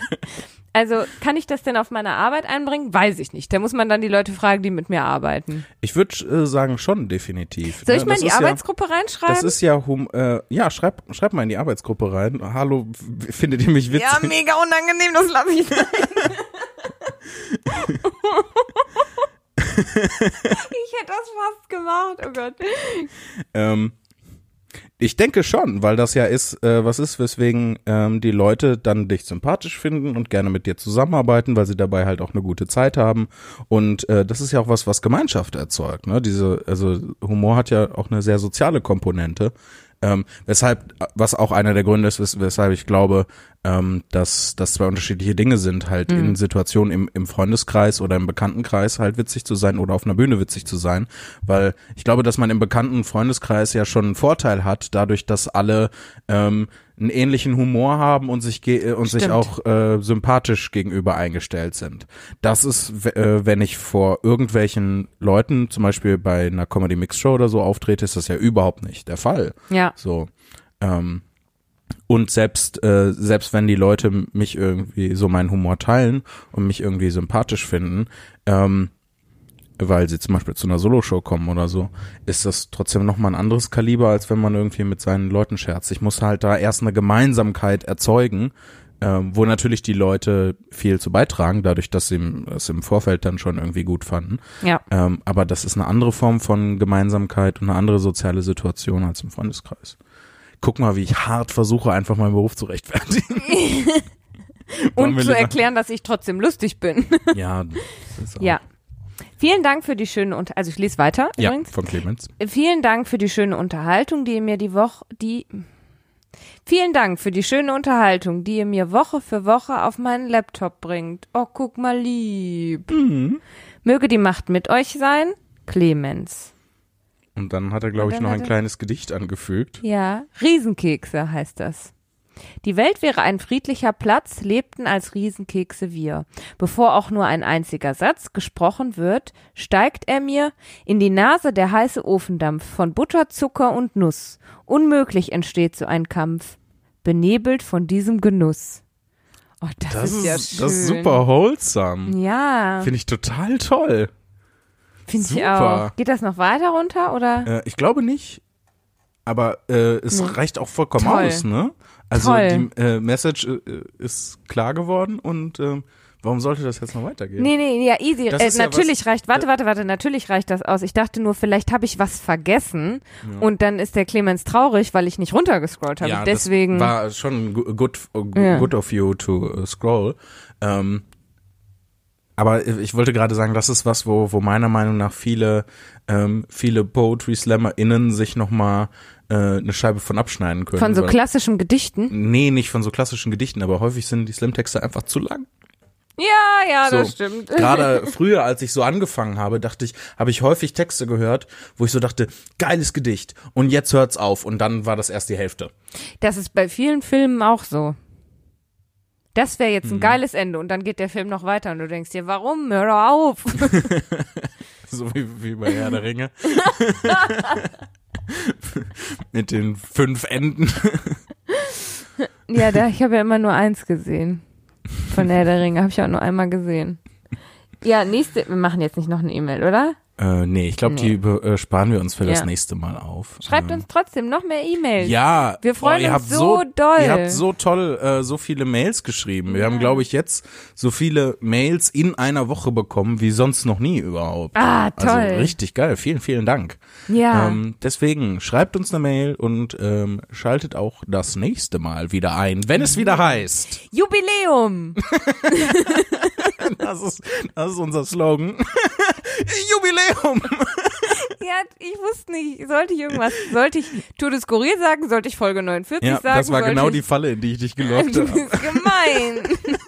[SPEAKER 1] also, kann ich das denn auf meiner Arbeit einbringen? Weiß ich nicht. Da muss man dann die Leute fragen, die mit mir arbeiten.
[SPEAKER 2] Ich würde äh, sagen, schon definitiv.
[SPEAKER 1] Soll
[SPEAKER 2] ne?
[SPEAKER 1] ich mal
[SPEAKER 2] das
[SPEAKER 1] in die
[SPEAKER 2] ist ja,
[SPEAKER 1] Arbeitsgruppe reinschreiben?
[SPEAKER 2] Das ist ja, hum, äh, ja, schreib, schreib mal in die Arbeitsgruppe rein. Hallo, w- findet ihr mich witzig?
[SPEAKER 1] ja, mega unangenehm, das lasse ich sein. ich hätte das fast gemacht, oh Gott.
[SPEAKER 2] Ähm, ich denke schon, weil das ja ist, äh, was ist, weswegen ähm, die Leute dann dich sympathisch finden und gerne mit dir zusammenarbeiten, weil sie dabei halt auch eine gute Zeit haben. Und äh, das ist ja auch was, was Gemeinschaft erzeugt. Ne? Diese, also Humor hat ja auch eine sehr soziale Komponente. Ähm, weshalb, was auch einer der Gründe ist, wes weshalb ich glaube, ähm, dass das zwei unterschiedliche Dinge sind, halt in Situationen im, im Freundeskreis oder im Bekanntenkreis halt witzig zu sein oder auf einer Bühne witzig zu sein, weil ich glaube, dass man im bekannten Freundeskreis ja schon einen Vorteil hat, dadurch, dass alle ähm, einen ähnlichen Humor haben und sich ge äh, und sich
[SPEAKER 1] Stimmt.
[SPEAKER 2] auch äh, sympathisch gegenüber eingestellt sind. Das ist, w- äh, wenn ich vor irgendwelchen Leuten, zum Beispiel bei einer Comedy Mix Show oder so auftrete, ist das ja überhaupt nicht der Fall.
[SPEAKER 1] Ja,
[SPEAKER 2] So. Ähm, und selbst, äh, selbst wenn die Leute mich irgendwie so meinen Humor teilen und mich irgendwie sympathisch finden, ähm, weil sie zum Beispiel zu einer Soloshow kommen oder so, ist das trotzdem nochmal ein anderes Kaliber, als wenn man irgendwie mit seinen Leuten scherzt. Ich muss halt da erst eine Gemeinsamkeit erzeugen, ähm, wo natürlich die Leute viel zu beitragen, dadurch, dass sie im- es im Vorfeld dann schon irgendwie gut fanden.
[SPEAKER 1] ja.
[SPEAKER 2] Ähm, aber das ist eine andere Form von Gemeinsamkeit und eine andere soziale Situation als im Freundeskreis. Guck mal, wie ich hart versuche, einfach meinen Beruf zu rechtfertigen. Wollen
[SPEAKER 1] Und
[SPEAKER 2] wir
[SPEAKER 1] zu
[SPEAKER 2] lieber-
[SPEAKER 1] erklären, dass ich trotzdem lustig bin.
[SPEAKER 2] Ja, das ist auch-
[SPEAKER 1] ja. Vielen Dank für die schöne Unter also ich lese weiter
[SPEAKER 2] Genau. ja
[SPEAKER 1] übrigens.
[SPEAKER 2] von Clemens.
[SPEAKER 1] Vielen Dank für die schöne Unterhaltung, die ihr mir die Woche, die, vielen Dank für die schöne Unterhaltung, die ihr mir Woche für Woche auf meinen Laptop bringt. Oh, guck mal lieb. Möge die Macht mit euch sein. Clemens.
[SPEAKER 2] Und dann hat er, glaube
[SPEAKER 1] Und
[SPEAKER 2] ich,
[SPEAKER 1] dann
[SPEAKER 2] noch
[SPEAKER 1] hat
[SPEAKER 2] ein
[SPEAKER 1] er-
[SPEAKER 2] kleines Gedicht angefügt.
[SPEAKER 1] Ja. Riesenkekse heißt das. Die Welt wäre ein friedlicher Platz, lebten als Riesenkekse wir. Bevor auch nur ein einziger Satz gesprochen wird, steigt er mir in die Nase der heiße Ofendampf von Butter, Zucker und Nuss. Unmöglich entsteht so ein Kampf. benebelt von diesem Genuss. Oh, das,
[SPEAKER 2] Das,
[SPEAKER 1] ist
[SPEAKER 2] ist,
[SPEAKER 1] ja
[SPEAKER 2] das
[SPEAKER 1] schön.
[SPEAKER 2] ist super wholesome.
[SPEAKER 1] Ja,
[SPEAKER 2] Finde ich total toll.
[SPEAKER 1] finde ich
[SPEAKER 2] super.
[SPEAKER 1] auch. Geht das noch weiter runter oder?
[SPEAKER 2] Äh, ich glaube nicht. Aber äh, es reicht auch vollkommen
[SPEAKER 1] Hm. Toll.
[SPEAKER 2] aus, ne? Also
[SPEAKER 1] Toll.
[SPEAKER 2] die äh, Message äh, äh, ist klar geworden und ähm, warum sollte das jetzt noch weitergehen?
[SPEAKER 1] Nee, nee, ja, easy.
[SPEAKER 2] Das
[SPEAKER 1] Äh,
[SPEAKER 2] ist ja
[SPEAKER 1] natürlich reicht, warte, warte, warte, natürlich reicht das aus. Ich dachte nur, vielleicht habe ich was vergessen und dann ist der Clemens traurig, weil ich nicht runtergescrollt habe.
[SPEAKER 2] ja,
[SPEAKER 1] Deswegen.
[SPEAKER 2] das war schon gu- good, good
[SPEAKER 1] Ja.
[SPEAKER 2] of you to äh, scroll. Ähm, aber ich wollte gerade sagen, das ist was, wo, wo meiner Meinung nach viele, ähm, viele Poetry SlammerInnen sich nochmal äh, eine Scheibe von abschneiden können.
[SPEAKER 1] von so
[SPEAKER 2] weil-
[SPEAKER 1] klassischen Gedichten.
[SPEAKER 2] Nee, nicht von so klassischen Gedichten, aber häufig sind die Slam-Texte einfach zu lang.
[SPEAKER 1] Ja, ja,
[SPEAKER 2] So,
[SPEAKER 1] das stimmt.
[SPEAKER 2] Gerade früher, als ich so angefangen habe, dachte ich, habe ich häufig Texte gehört, wo ich so dachte, geiles Gedicht und jetzt hört's auf und dann war das erst die Hälfte.
[SPEAKER 1] Das ist bei vielen Filmen auch so. Das wäre
[SPEAKER 2] Mhm.
[SPEAKER 1] jetzt ein geiles Ende und dann geht der Film noch weiter und du denkst dir, warum? Hör doch auf.
[SPEAKER 2] So wie, wie bei Herr der Ringe. Mit den fünf Enden.
[SPEAKER 1] ja, da, ich habe ja immer nur eins gesehen. Von Herr der Ringe habe ich auch nur einmal gesehen. Ja, nächste, wir machen jetzt nicht noch eine E-Mail, oder?
[SPEAKER 2] Äh, nee, ich glaube, die be- äh, sparen wir uns für das
[SPEAKER 1] Ja.
[SPEAKER 2] nächste Mal auf.
[SPEAKER 1] Schreibt
[SPEAKER 2] Ähm,
[SPEAKER 1] uns trotzdem noch mehr E-Mails.
[SPEAKER 2] Ja, oh,
[SPEAKER 1] Wir freuen
[SPEAKER 2] ihr
[SPEAKER 1] uns
[SPEAKER 2] habt
[SPEAKER 1] so doll.
[SPEAKER 2] Ihr habt so toll äh, so viele Mails geschrieben. Wir haben, glaube ich, jetzt so viele Mails in einer Woche bekommen wie sonst noch nie überhaupt.
[SPEAKER 1] Ah, toll.
[SPEAKER 2] Also richtig geil. Vielen, vielen Dank.
[SPEAKER 1] Ja.
[SPEAKER 2] Ähm, deswegen schreibt uns eine Mail und ähm, schaltet auch das nächste Mal wieder ein, wenn es wieder heißt.
[SPEAKER 1] Jubiläum.
[SPEAKER 2] Das ist, das ist unser Slogan. Jubiläum.
[SPEAKER 1] ja, ich wusste nicht, sollte ich irgendwas, sollte ich Tour de Skurril sagen, sollte ich Folge 49
[SPEAKER 2] Ja,
[SPEAKER 1] sagen?
[SPEAKER 2] das war
[SPEAKER 1] sollte
[SPEAKER 2] genau die
[SPEAKER 1] ich,
[SPEAKER 2] Falle, in die ich dich gelockt
[SPEAKER 1] Du
[SPEAKER 2] habe.
[SPEAKER 1] bist gemein.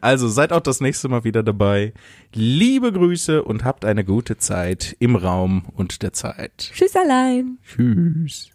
[SPEAKER 2] Also seid auch das nächste Mal wieder dabei. Liebe Grüße und habt eine gute Zeit im Raum und der Zeit.
[SPEAKER 1] Tschüss allein.
[SPEAKER 2] Tschüss.